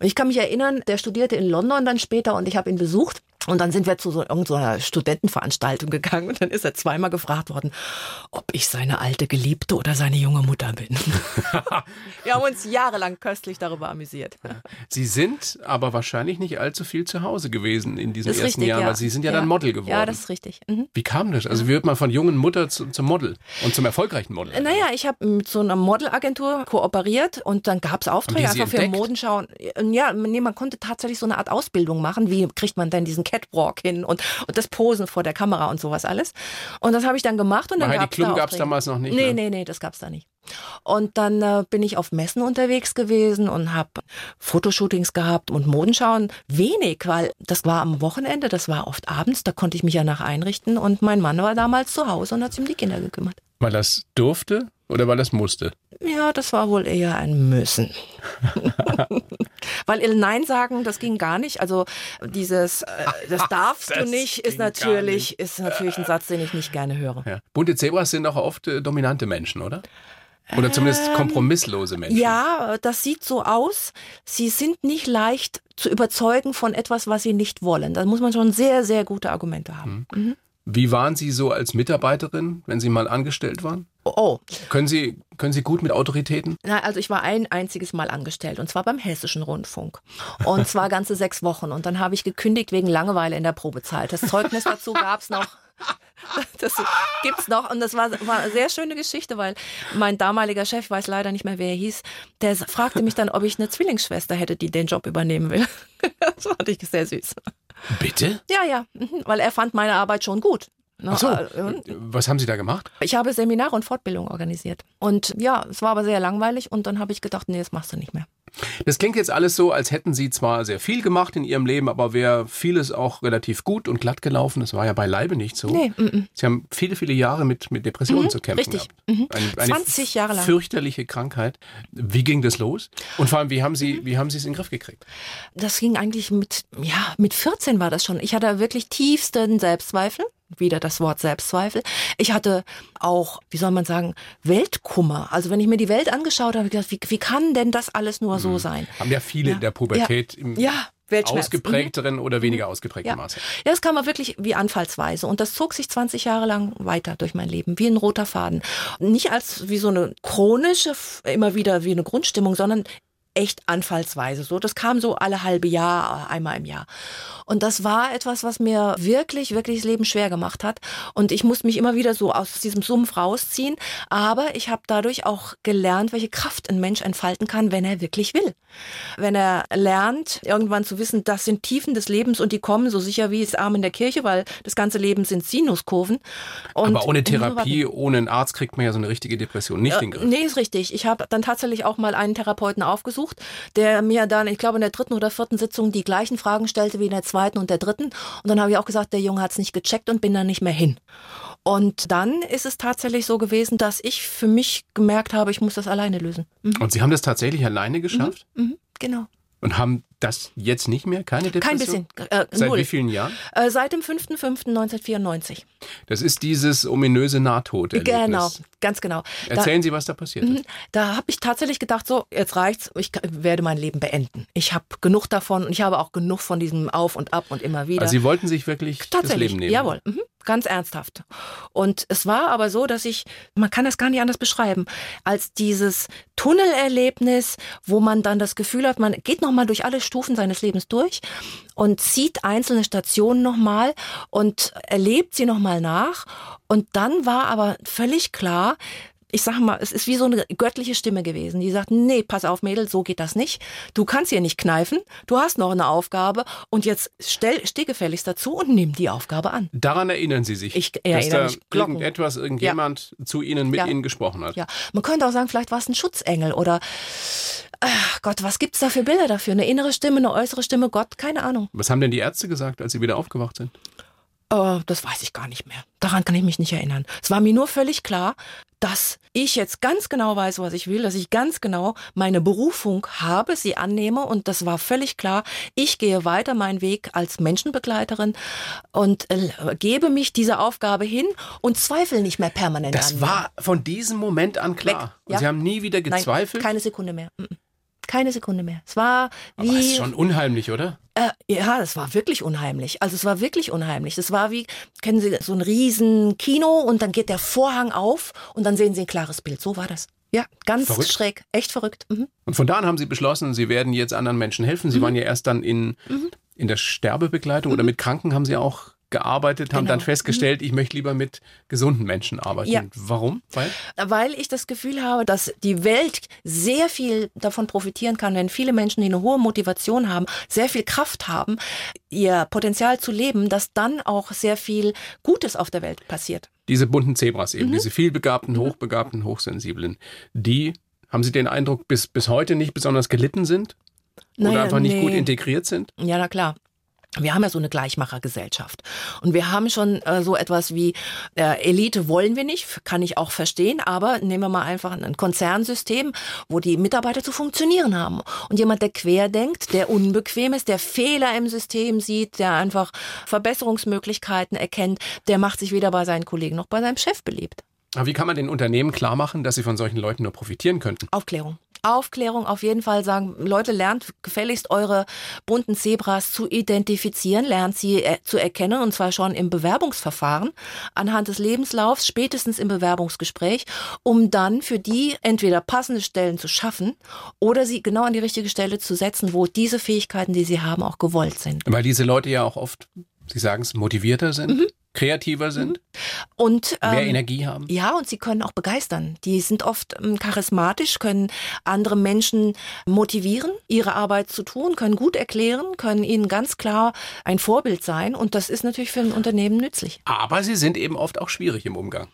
[SPEAKER 3] Und ich kann mich erinnern, der studierte in London dann später und ich habe ihn besucht und dann sind wir zu so irgendeiner Studentenveranstaltung gegangen und dann ist er zweimal gefragt worden, ob ich seine alte Geliebte oder seine junge Mutter bin. wir haben uns jahrelang köstlich darüber amüsiert.
[SPEAKER 2] Sie sind aber wahrscheinlich nicht allzu viel zu Hause gewesen in diesem
[SPEAKER 3] Das ist
[SPEAKER 2] ersten
[SPEAKER 3] richtig,
[SPEAKER 2] Jahr,
[SPEAKER 3] ja.
[SPEAKER 2] weil Sie sind ja, dann Model geworden.
[SPEAKER 3] Ja, das ist richtig. Mhm.
[SPEAKER 2] Wie kam das? Also wie wird man von jungen Mutter zu, zum Model und zum erfolgreichen Model?
[SPEAKER 3] Naja, ich habe mit so einer Modelagentur kooperiert und dann gab's Aufträge
[SPEAKER 2] Haben die Sie
[SPEAKER 3] einfach für
[SPEAKER 2] entdeckt?
[SPEAKER 3] Modenschauen. Ja, nee, man konnte tatsächlich so eine Art Ausbildung machen. Wie kriegt man denn diesen Catwalk hin und, und das Posen vor der Kamera und sowas alles. Und das habe ich dann gemacht und
[SPEAKER 2] Bei
[SPEAKER 3] dann
[SPEAKER 2] Heidi
[SPEAKER 3] gab's
[SPEAKER 2] Klum
[SPEAKER 3] da
[SPEAKER 2] gab's
[SPEAKER 3] Aufträge.
[SPEAKER 2] damals noch nicht, ne?
[SPEAKER 3] Nee, nee, nee, das gab's da nicht. Und dann äh, bin ich auf Messen unterwegs gewesen und habe Fotoshootings gehabt und Modenschauen. Wenig, weil das war am Wochenende, das war oft abends, da konnte ich mich ja nach einrichten und mein Mann war damals zu Hause und hat sich um die Kinder gekümmert.
[SPEAKER 2] Weil das durfte oder weil das musste?
[SPEAKER 3] Ja, das war wohl eher ein Müssen. Weil ihr Nein sagen, das ging gar nicht. Also dieses, äh, das darfst
[SPEAKER 2] Das
[SPEAKER 3] du nicht,
[SPEAKER 2] ging
[SPEAKER 3] ist
[SPEAKER 2] gar
[SPEAKER 3] natürlich,
[SPEAKER 2] nicht.
[SPEAKER 3] ist natürlich ein Satz, den ich nicht gerne höre.
[SPEAKER 2] Ja. Bunte Zebras sind auch oft äh, dominante Menschen, oder? Oder zumindest kompromisslose Menschen.
[SPEAKER 3] Ähm, Ja, äh, das sieht so aus. Sie sind nicht leicht zu überzeugen von etwas, was sie nicht wollen. Da muss man schon sehr, sehr gute Argumente
[SPEAKER 2] Mhm.
[SPEAKER 3] haben.
[SPEAKER 2] Wie waren Sie so als Mitarbeiterin, wenn Sie mal angestellt waren?
[SPEAKER 3] Oh,
[SPEAKER 2] Können Sie, können Sie gut mit Autoritäten?
[SPEAKER 3] Na, also ich war ein einziges Mal angestellt und zwar beim Hessischen Rundfunk. Und zwar ganze sechs Wochen. Und dann habe ich gekündigt wegen Langeweile in der Probezeit. Das Zeugnis dazu gab's noch. Das gibt's noch. Und das war, war eine sehr schöne Geschichte, weil mein damaliger Chef, ich weiß leider nicht mehr, wer er hieß, der fragte mich dann, ob ich eine Zwillingsschwester hätte, die den Job übernehmen will. Das fand ich sehr süß.
[SPEAKER 2] Bitte?
[SPEAKER 3] Ja, ja. mhm, Weil er fand meine Arbeit schon gut. Ne,
[SPEAKER 2] Ach so.
[SPEAKER 3] äh,
[SPEAKER 2] Was haben Sie da gemacht?
[SPEAKER 3] ich habe Seminare und Fortbildungen organisiert. Und ja, es war aber sehr langweilig und dann habe ich gedacht, nee, das machst du nicht mehr.
[SPEAKER 2] Das klingt jetzt alles so, als hätten Sie zwar sehr viel gemacht in Ihrem Leben, aber wäre vieles auch relativ gut und glatt gelaufen. Das war ja beileibe nicht so.
[SPEAKER 3] Nee, mm, mm.
[SPEAKER 2] Sie haben viele, viele Jahre mit, mit Depressionen zu kämpfen.
[SPEAKER 3] richtig.
[SPEAKER 2] Gehabt. Eine, eine
[SPEAKER 3] 20 Jahre lang.
[SPEAKER 2] Fürchterliche Krankheit. Wie ging das los? Und vor allem, wie haben
[SPEAKER 3] Mhm.
[SPEAKER 2] Sie, wie haben Sie es in den Griff gekriegt?
[SPEAKER 3] das ging eigentlich mit, ja, mit 14 war das schon. Ich hatte wirklich tiefsten Selbstzweifel. Wieder das Wort Selbstzweifel. Ich hatte auch, wie soll man sagen, Weltkummer. Also wenn ich mir die Welt angeschaut habe, habe ich gedacht, wie, wie kann denn das alles nur so sein?
[SPEAKER 2] Haben ja viele in der Pubertät im
[SPEAKER 3] Ja, Weltschmerz. Mhm.
[SPEAKER 2] ausgeprägteren oder weniger ausgeprägten
[SPEAKER 3] Ja.
[SPEAKER 2] Maße.
[SPEAKER 3] ja, das kam mir wirklich wie anfallsweise. Und das zog sich 20 Jahre lang weiter durch mein Leben, wie ein roter Faden. Nicht als wie so eine chronische, f- immer wieder wie eine Grundstimmung, sondern echt anfallsweise. So, das kam so alle halbe Jahr, einmal im Jahr. Und das war etwas, was mir wirklich, wirklich das Leben schwer gemacht hat. Und ich musste mich immer wieder so aus diesem Sumpf rausziehen. Aber ich habe dadurch auch gelernt, welche Kraft ein Mensch entfalten kann, wenn er wirklich will wenn er lernt, irgendwann zu wissen, das sind Tiefen des Lebens und die kommen so sicher wie das Arm in der Kirche, weil das ganze Leben sind Sinuskurven. Und
[SPEAKER 2] Aber ohne Therapie, ohne einen Arzt kriegt man ja so eine richtige Depression nicht in den Griff.
[SPEAKER 3] Nee, ist richtig. Ich habe dann tatsächlich auch mal einen Therapeuten aufgesucht, der mir dann, ich glaube, in der dritten oder vierten Sitzung die gleichen Fragen stellte wie in der zweiten und der dritten. Und dann habe ich auch gesagt, der Junge hat es nicht gecheckt und bin dann nicht mehr hin. Und dann ist es tatsächlich so gewesen, dass ich für mich gemerkt habe, ich muss das alleine lösen. Mhm,
[SPEAKER 2] Und Sie haben das tatsächlich alleine geschafft
[SPEAKER 3] mhm, genau.
[SPEAKER 2] und haben das jetzt nicht mehr? Keine Depression?
[SPEAKER 3] Kein bisschen. Äh,
[SPEAKER 2] Seit
[SPEAKER 3] null.
[SPEAKER 2] wie vielen Jahren?
[SPEAKER 3] Äh, seit dem 5.5.1994.
[SPEAKER 2] Das ist dieses ominöse Nahtoderlebnis.
[SPEAKER 3] Genau, ganz genau. Da, Mhm.
[SPEAKER 2] Erzählen Sie, was da passiert ist.
[SPEAKER 3] da habe ich tatsächlich gedacht, so, jetzt reicht's, ich k- werde mein Leben beenden. Ich habe genug davon und ich habe auch genug von diesem Auf und Ab und immer wieder.
[SPEAKER 2] Also Sie wollten sich wirklich das
[SPEAKER 3] Tatsächlich,
[SPEAKER 2] Leben nehmen.
[SPEAKER 3] jawohl, mhm. ganz ernsthaft. Und es war aber so, dass ich, man kann das gar nicht anders beschreiben, als dieses Tunnelerlebnis, wo man dann das Gefühl hat, man geht nochmal durch alle Stufen seines Lebens durch und zieht einzelne Stationen nochmal und erlebt sie nochmal nach. Und dann war aber völlig klar, ich sag mal, es ist wie so eine göttliche Stimme gewesen, die sagt, nee, pass auf, Mädel, so geht das nicht. Du kannst hier nicht kneifen, du hast noch eine Aufgabe und jetzt stell, steh gefälligst dazu und nimm die Aufgabe an.
[SPEAKER 2] Daran erinnern Sie sich,
[SPEAKER 3] Ich
[SPEAKER 2] dass
[SPEAKER 3] erinnere
[SPEAKER 2] da
[SPEAKER 3] mich. Glocken.
[SPEAKER 2] irgendetwas, irgendjemand zu Ihnen, mit
[SPEAKER 3] Ja.
[SPEAKER 2] Ihnen gesprochen hat.
[SPEAKER 3] Ja, man könnte auch sagen, vielleicht war es ein Schutzengel oder, ach Gott, was gibt's da für Bilder dafür? Eine innere Stimme, eine äußere Stimme, Gott, keine Ahnung.
[SPEAKER 2] Was haben denn die Ärzte gesagt, als Sie wieder aufgewacht sind?
[SPEAKER 3] Äh, das weiß ich gar nicht mehr. Daran kann ich mich nicht erinnern. Es war mir nur völlig klar, dass ich jetzt ganz genau weiß, was ich will, dass ich ganz genau meine Berufung habe, sie annehme und das war völlig klar. Ich gehe weiter meinen Weg als Menschenbegleiterin und äh, gebe mich dieser Aufgabe hin und zweifle nicht mehr permanent an.
[SPEAKER 2] Das
[SPEAKER 3] mir.
[SPEAKER 2] war von diesem Moment an klar.
[SPEAKER 3] Weg,
[SPEAKER 2] Und
[SPEAKER 3] ja.
[SPEAKER 2] Sie haben nie wieder
[SPEAKER 3] Nein,
[SPEAKER 2] gezweifelt.
[SPEAKER 3] keine Sekunde mehr. Mm, mm. Keine Sekunde mehr. Es war wie
[SPEAKER 2] Aber ist schon unheimlich, oder?
[SPEAKER 3] Äh, ja, das war wirklich unheimlich. Also es war wirklich unheimlich. Das war wie, kennen Sie so ein riesen Kino und dann geht der Vorhang auf und dann sehen Sie ein klares Bild. So war das. Ja, ganz
[SPEAKER 2] Verrückt.
[SPEAKER 3] schräg, echt verrückt. Mhm.
[SPEAKER 2] Und von da an haben Sie beschlossen, Sie werden jetzt anderen Menschen helfen. Sie waren ja erst dann in,
[SPEAKER 3] Mhm.
[SPEAKER 2] in der Sterbebegleitung oder mit Kranken haben Sie auch gearbeitet, haben
[SPEAKER 3] Genau.
[SPEAKER 2] dann festgestellt, ich möchte lieber mit gesunden Menschen arbeiten.
[SPEAKER 3] Ja.
[SPEAKER 2] Warum? Weil?
[SPEAKER 3] Weil ich das Gefühl habe, dass die Welt sehr viel davon profitieren kann, wenn viele Menschen, die eine hohe Motivation haben, sehr viel Kraft haben, ihr Potenzial zu leben, dass dann auch sehr viel Gutes auf der Welt passiert.
[SPEAKER 2] Diese bunten Zebras
[SPEAKER 3] Mhm.
[SPEAKER 2] eben, diese vielbegabten, hochbegabten, hochsensiblen, die, haben Sie den Eindruck, bis, bis heute nicht besonders gelitten sind? Oder
[SPEAKER 3] Naja,
[SPEAKER 2] einfach nicht gut
[SPEAKER 3] nee.
[SPEAKER 2] integriert sind?
[SPEAKER 3] Ja, na klar. Wir haben ja so eine Gleichmachergesellschaft. Und wir haben schon äh, so etwas wie äh, Elite wollen wir nicht, f- kann ich auch verstehen, aber nehmen wir mal einfach ein Konzernsystem, wo die Mitarbeiter zu funktionieren haben. Und jemand, der quer denkt, der unbequem ist, der Fehler im System sieht, der einfach Verbesserungsmöglichkeiten erkennt, der macht sich weder bei seinen Kollegen noch bei seinem Chef beliebt.
[SPEAKER 2] Aber wie kann man den Unternehmen klar machen, dass sie von solchen Leuten nur profitieren könnten?
[SPEAKER 3] Aufklärung. Aufklärung auf jeden Fall sagen, Leute, lernt gefälligst eure bunten Zebras zu identifizieren, lernt sie äh, zu erkennen und zwar schon im Bewerbungsverfahren, anhand des Lebenslaufs, spätestens im Bewerbungsgespräch, um dann für die entweder passende Stellen zu schaffen oder sie genau an die richtige Stelle zu setzen, wo diese Fähigkeiten, die sie haben, auch gewollt sind.
[SPEAKER 2] Weil diese Leute ja auch oft, Sie sagen es, motivierter sind, kreativer sind,
[SPEAKER 3] Und
[SPEAKER 2] mehr
[SPEAKER 3] Mhm. ähm,
[SPEAKER 2] Energie haben.
[SPEAKER 3] Ja, und sie können auch begeistern. Die sind oft ähm, charismatisch, können andere Menschen motivieren, ihre Arbeit zu tun, können gut erklären, können ihnen ganz klar ein Vorbild sein. Und das ist natürlich für ein Unternehmen nützlich.
[SPEAKER 2] Aber sie sind eben oft auch schwierig im Umgang.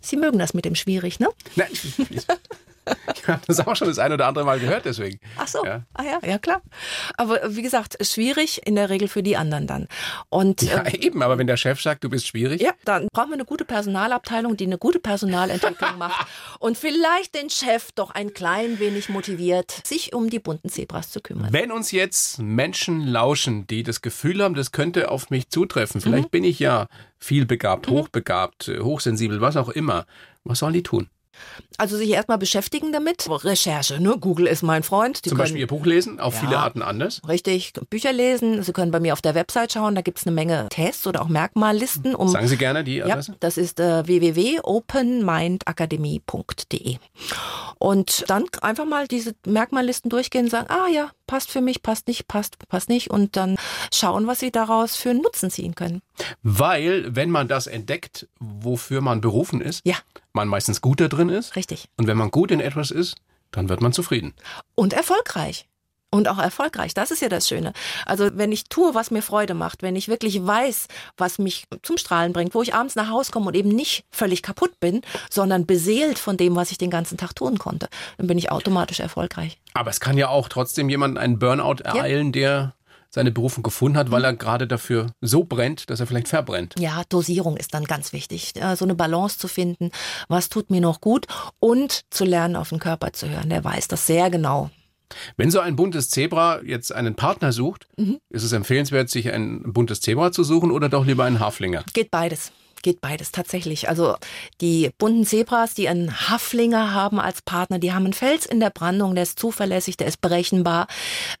[SPEAKER 3] Sie mögen das mit dem Schwierig, ne?
[SPEAKER 2] Nein, ich, ich, ich habe das auch schon das ein oder andere Mal gehört, deswegen.
[SPEAKER 3] Ach so.
[SPEAKER 2] Ja.
[SPEAKER 3] Ah ja, ja klar. Aber äh, wie gesagt, schwierig in der Regel für die anderen dann. Und
[SPEAKER 2] Ja,
[SPEAKER 3] äh,
[SPEAKER 2] eben, aber wenn der Chef sagt, du bist schwierig,
[SPEAKER 3] ja, dann brauchen wir eine gute Personalabteilung, die eine gute Personalentwicklung macht und vielleicht den Chef doch ein klein wenig motiviert, sich um die bunten Zebras zu kümmern.
[SPEAKER 2] Wenn uns jetzt Menschen lauschen, die das Gefühl haben, das könnte auf mich zutreffen,
[SPEAKER 3] Mhm.
[SPEAKER 2] vielleicht bin ich ja vielbegabt, hochbegabt, äh, hochsensibel, was auch immer, was sollen die tun?
[SPEAKER 3] Also sich erstmal beschäftigen damit. Recherche, ne? Google ist mein Freund. Die
[SPEAKER 2] Zum Beispiel ihr
[SPEAKER 3] können
[SPEAKER 2] Buch lesen, auf
[SPEAKER 3] Ja.
[SPEAKER 2] viele Arten anders.
[SPEAKER 3] richtig Bücher lesen. Sie können bei mir auf der Website schauen. Da gibt's eine Menge Tests oder auch Merkmallisten. Um
[SPEAKER 2] Sagen Sie gerne die
[SPEAKER 3] ja,
[SPEAKER 2] Adresse.
[SPEAKER 3] das ist äh, www.openmindakademie.de. Und dann einfach mal diese Merkmallisten durchgehen und sagen, ah ja, passt für mich, passt nicht, passt, passt nicht. Und dann schauen, was Sie daraus für einen Nutzen ziehen können.
[SPEAKER 2] Weil, wenn man das entdeckt, wofür man berufen ist,
[SPEAKER 3] Ja,
[SPEAKER 2] man meistens gut da drin ist.
[SPEAKER 3] richtig.
[SPEAKER 2] Und wenn man gut in etwas ist, dann wird man zufrieden.
[SPEAKER 3] und erfolgreich. Und auch erfolgreich, das ist ja das Schöne. Also wenn ich tue, was mir Freude macht, wenn ich wirklich weiß, was mich zum Strahlen bringt, wo ich abends nach Hause komme und eben nicht völlig kaputt bin, sondern beseelt von dem, was ich den ganzen Tag tun konnte, dann bin ich automatisch erfolgreich.
[SPEAKER 2] Aber es kann ja auch trotzdem jemanden einen Burnout ereilen, der seine Berufung gefunden hat, weil er gerade dafür so brennt, dass er vielleicht verbrennt.
[SPEAKER 3] Ja, Dosierung ist dann ganz wichtig. Ja, So eine Balance zu finden, was tut mir noch gut und zu lernen, auf den Körper zu hören. Der weiß das sehr genau.
[SPEAKER 2] Wenn so ein buntes Zebra jetzt einen Partner sucht,
[SPEAKER 3] Mhm.
[SPEAKER 2] ist es empfehlenswert, sich ein buntes Zebra zu suchen oder doch lieber einen Haflinger?
[SPEAKER 3] Geht beides. Geht beides tatsächlich. Also die bunten Zebras, die einen Haflinger haben als Partner, die haben einen Fels in der Brandung, der ist zuverlässig, der ist berechenbar,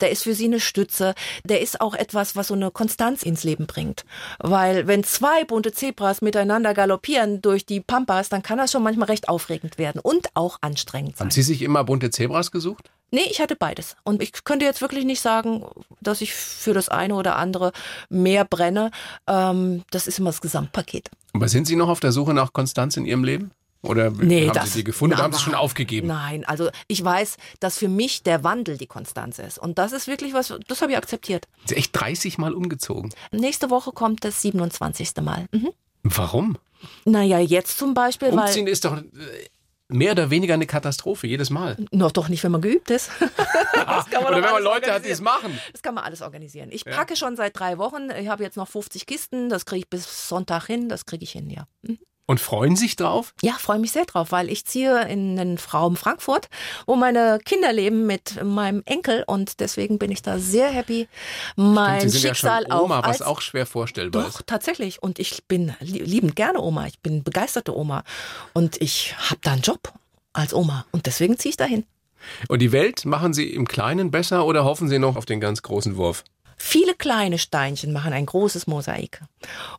[SPEAKER 3] der ist für sie eine Stütze, der ist auch etwas, was so eine Konstanz ins Leben bringt. Weil wenn zwei bunte Zebras miteinander galoppieren durch die Pampas, dann kann das schon manchmal recht aufregend werden und auch anstrengend sein.
[SPEAKER 2] Haben Sie sich immer bunte Zebras gesucht?
[SPEAKER 3] Nee, ich hatte beides. Und ich könnte jetzt wirklich nicht sagen, dass ich für das eine oder andere mehr brenne. Ähm, das ist immer das Gesamtpaket.
[SPEAKER 2] Aber sind Sie noch auf der Suche nach Konstanz in Ihrem Leben? Oder haben Sie die gefunden oder haben Sie es schon aufgegeben?
[SPEAKER 3] Nein, also ich weiß, dass für mich der Wandel die Konstanz ist. Und das ist wirklich was, das habe ich akzeptiert.
[SPEAKER 2] Sind Sie echt 30 Mal umgezogen?
[SPEAKER 3] Nächste Woche kommt das 27. Mal. Mhm.
[SPEAKER 2] Warum?
[SPEAKER 3] Naja, jetzt zum Beispiel, weil.
[SPEAKER 2] Umziehen ist doch äh, mehr oder weniger eine Katastrophe jedes Mal.
[SPEAKER 3] Noch doch nicht, wenn man geübt ist. das kann
[SPEAKER 2] Oder
[SPEAKER 3] doch
[SPEAKER 2] wenn man
[SPEAKER 3] alles
[SPEAKER 2] Leute hat, die
[SPEAKER 3] organisieren.
[SPEAKER 2] es machen.
[SPEAKER 3] Das kann man alles organisieren. Ich packe schon seit drei Wochen. Ich habe jetzt noch 50 Kisten. Das kriege ich bis Sonntag hin. Das kriege ich hin, ja.
[SPEAKER 2] Und freuen sich drauf?
[SPEAKER 3] Ja, freue mich sehr drauf, weil ich ziehe in den Raum Frankfurt, wo meine Kinder leben mit meinem Enkel und deswegen bin ich da sehr happy. Mein
[SPEAKER 2] Sie sind
[SPEAKER 3] Schicksal
[SPEAKER 2] ja schon Oma,
[SPEAKER 3] auch
[SPEAKER 2] was
[SPEAKER 3] als
[SPEAKER 2] auch schwer vorstellbar
[SPEAKER 3] doch, tatsächlich. Und ich bin lie- liebend gerne Oma. Ich bin begeisterte Oma. Und ich habe da einen Job als Oma. Und deswegen ziehe ich dahin.
[SPEAKER 2] ist. Und die Welt machen Sie im Kleinen besser oder hoffen Sie noch auf den ganz großen Wurf?
[SPEAKER 3] Viele kleine Steinchen machen ein großes Mosaik.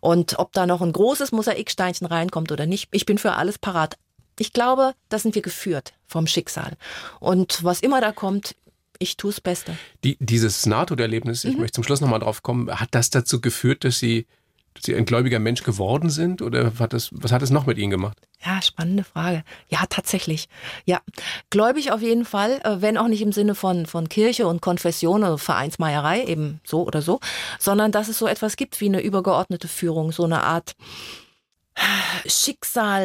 [SPEAKER 3] Und ob da noch ein großes Mosaiksteinchen reinkommt oder nicht, ich bin für alles parat. Ich glaube, da sind wir geführt vom Schicksal. Und was immer da kommt, ich tue das Beste.
[SPEAKER 2] Die, dieses Nahtoderlebnis,
[SPEAKER 3] Mhm.
[SPEAKER 2] ich möchte zum Schluss nochmal drauf kommen, hat das dazu geführt, dass Sie, dass Sie ein gläubiger Mensch geworden sind oder hat das, was hat es noch mit Ihnen gemacht?
[SPEAKER 3] Ja, spannende Frage. Ja, tatsächlich. Ja, gläubig auf jeden Fall, äh, wenn auch nicht im Sinne von, von Kirche und Konfession oder Vereinsmeierei, eben so oder so, sondern dass es so etwas gibt wie eine übergeordnete Führung, so eine Art äh,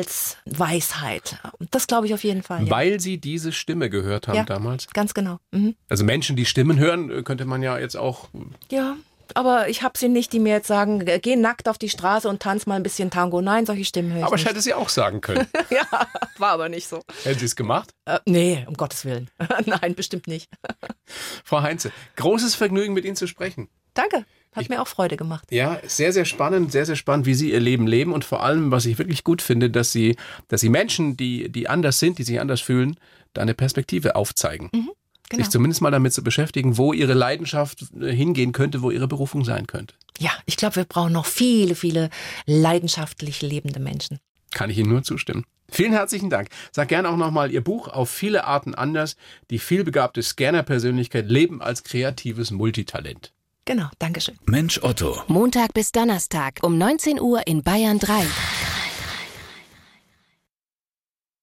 [SPEAKER 3] Schicksalsweisheit. Das glaube ich auf jeden Fall. Ah, Ja.
[SPEAKER 2] Weil Sie diese Stimme gehört haben
[SPEAKER 3] Ja.
[SPEAKER 2] damals.
[SPEAKER 3] Ganz genau. Mhm.
[SPEAKER 2] Also Menschen, die Stimmen hören, könnte man ja jetzt auch
[SPEAKER 3] Ja, aber ich habe sie nicht, die mir jetzt sagen, geh nackt auf die Straße und tanz mal ein bisschen Tango. Nein, solche Stimmen höre ich
[SPEAKER 2] Aber ich
[SPEAKER 3] nicht.
[SPEAKER 2] hätte sie auch sagen können.
[SPEAKER 3] Ja, war aber nicht so.
[SPEAKER 2] Hätten Sie es gemacht?
[SPEAKER 3] Äh, nee, um Gottes Willen. Nein, bestimmt nicht.
[SPEAKER 2] Frau Heinze, großes Vergnügen, mit Ihnen zu sprechen.
[SPEAKER 3] Danke. Hat mir auch Freude gemacht.
[SPEAKER 2] Ja, sehr, sehr spannend, sehr, sehr spannend, wie Sie Ihr Leben leben und vor allem, was ich wirklich gut finde, dass Sie, dass Sie Menschen, die, die anders sind, die sich anders fühlen, da eine Perspektive aufzeigen.
[SPEAKER 3] genau.
[SPEAKER 2] Sich zumindest mal damit zu beschäftigen, wo Ihre Leidenschaft äh, hingehen könnte, wo Ihre Berufung sein könnte.
[SPEAKER 3] Ja, ich glaube, wir brauchen noch viele, viele leidenschaftlich lebende Menschen.
[SPEAKER 2] Kann ich Ihnen nur zustimmen. Vielen herzlichen Dank. Sag gerne auch nochmal Ihr Buch auf viele Arten anders, die vielbegabte Scanner-Persönlichkeit leben als kreatives Multitalent.
[SPEAKER 3] Genau, Dankeschön.
[SPEAKER 1] Mensch Otto.
[SPEAKER 4] Montag bis Donnerstag um 19 Uhr in Bayern 3.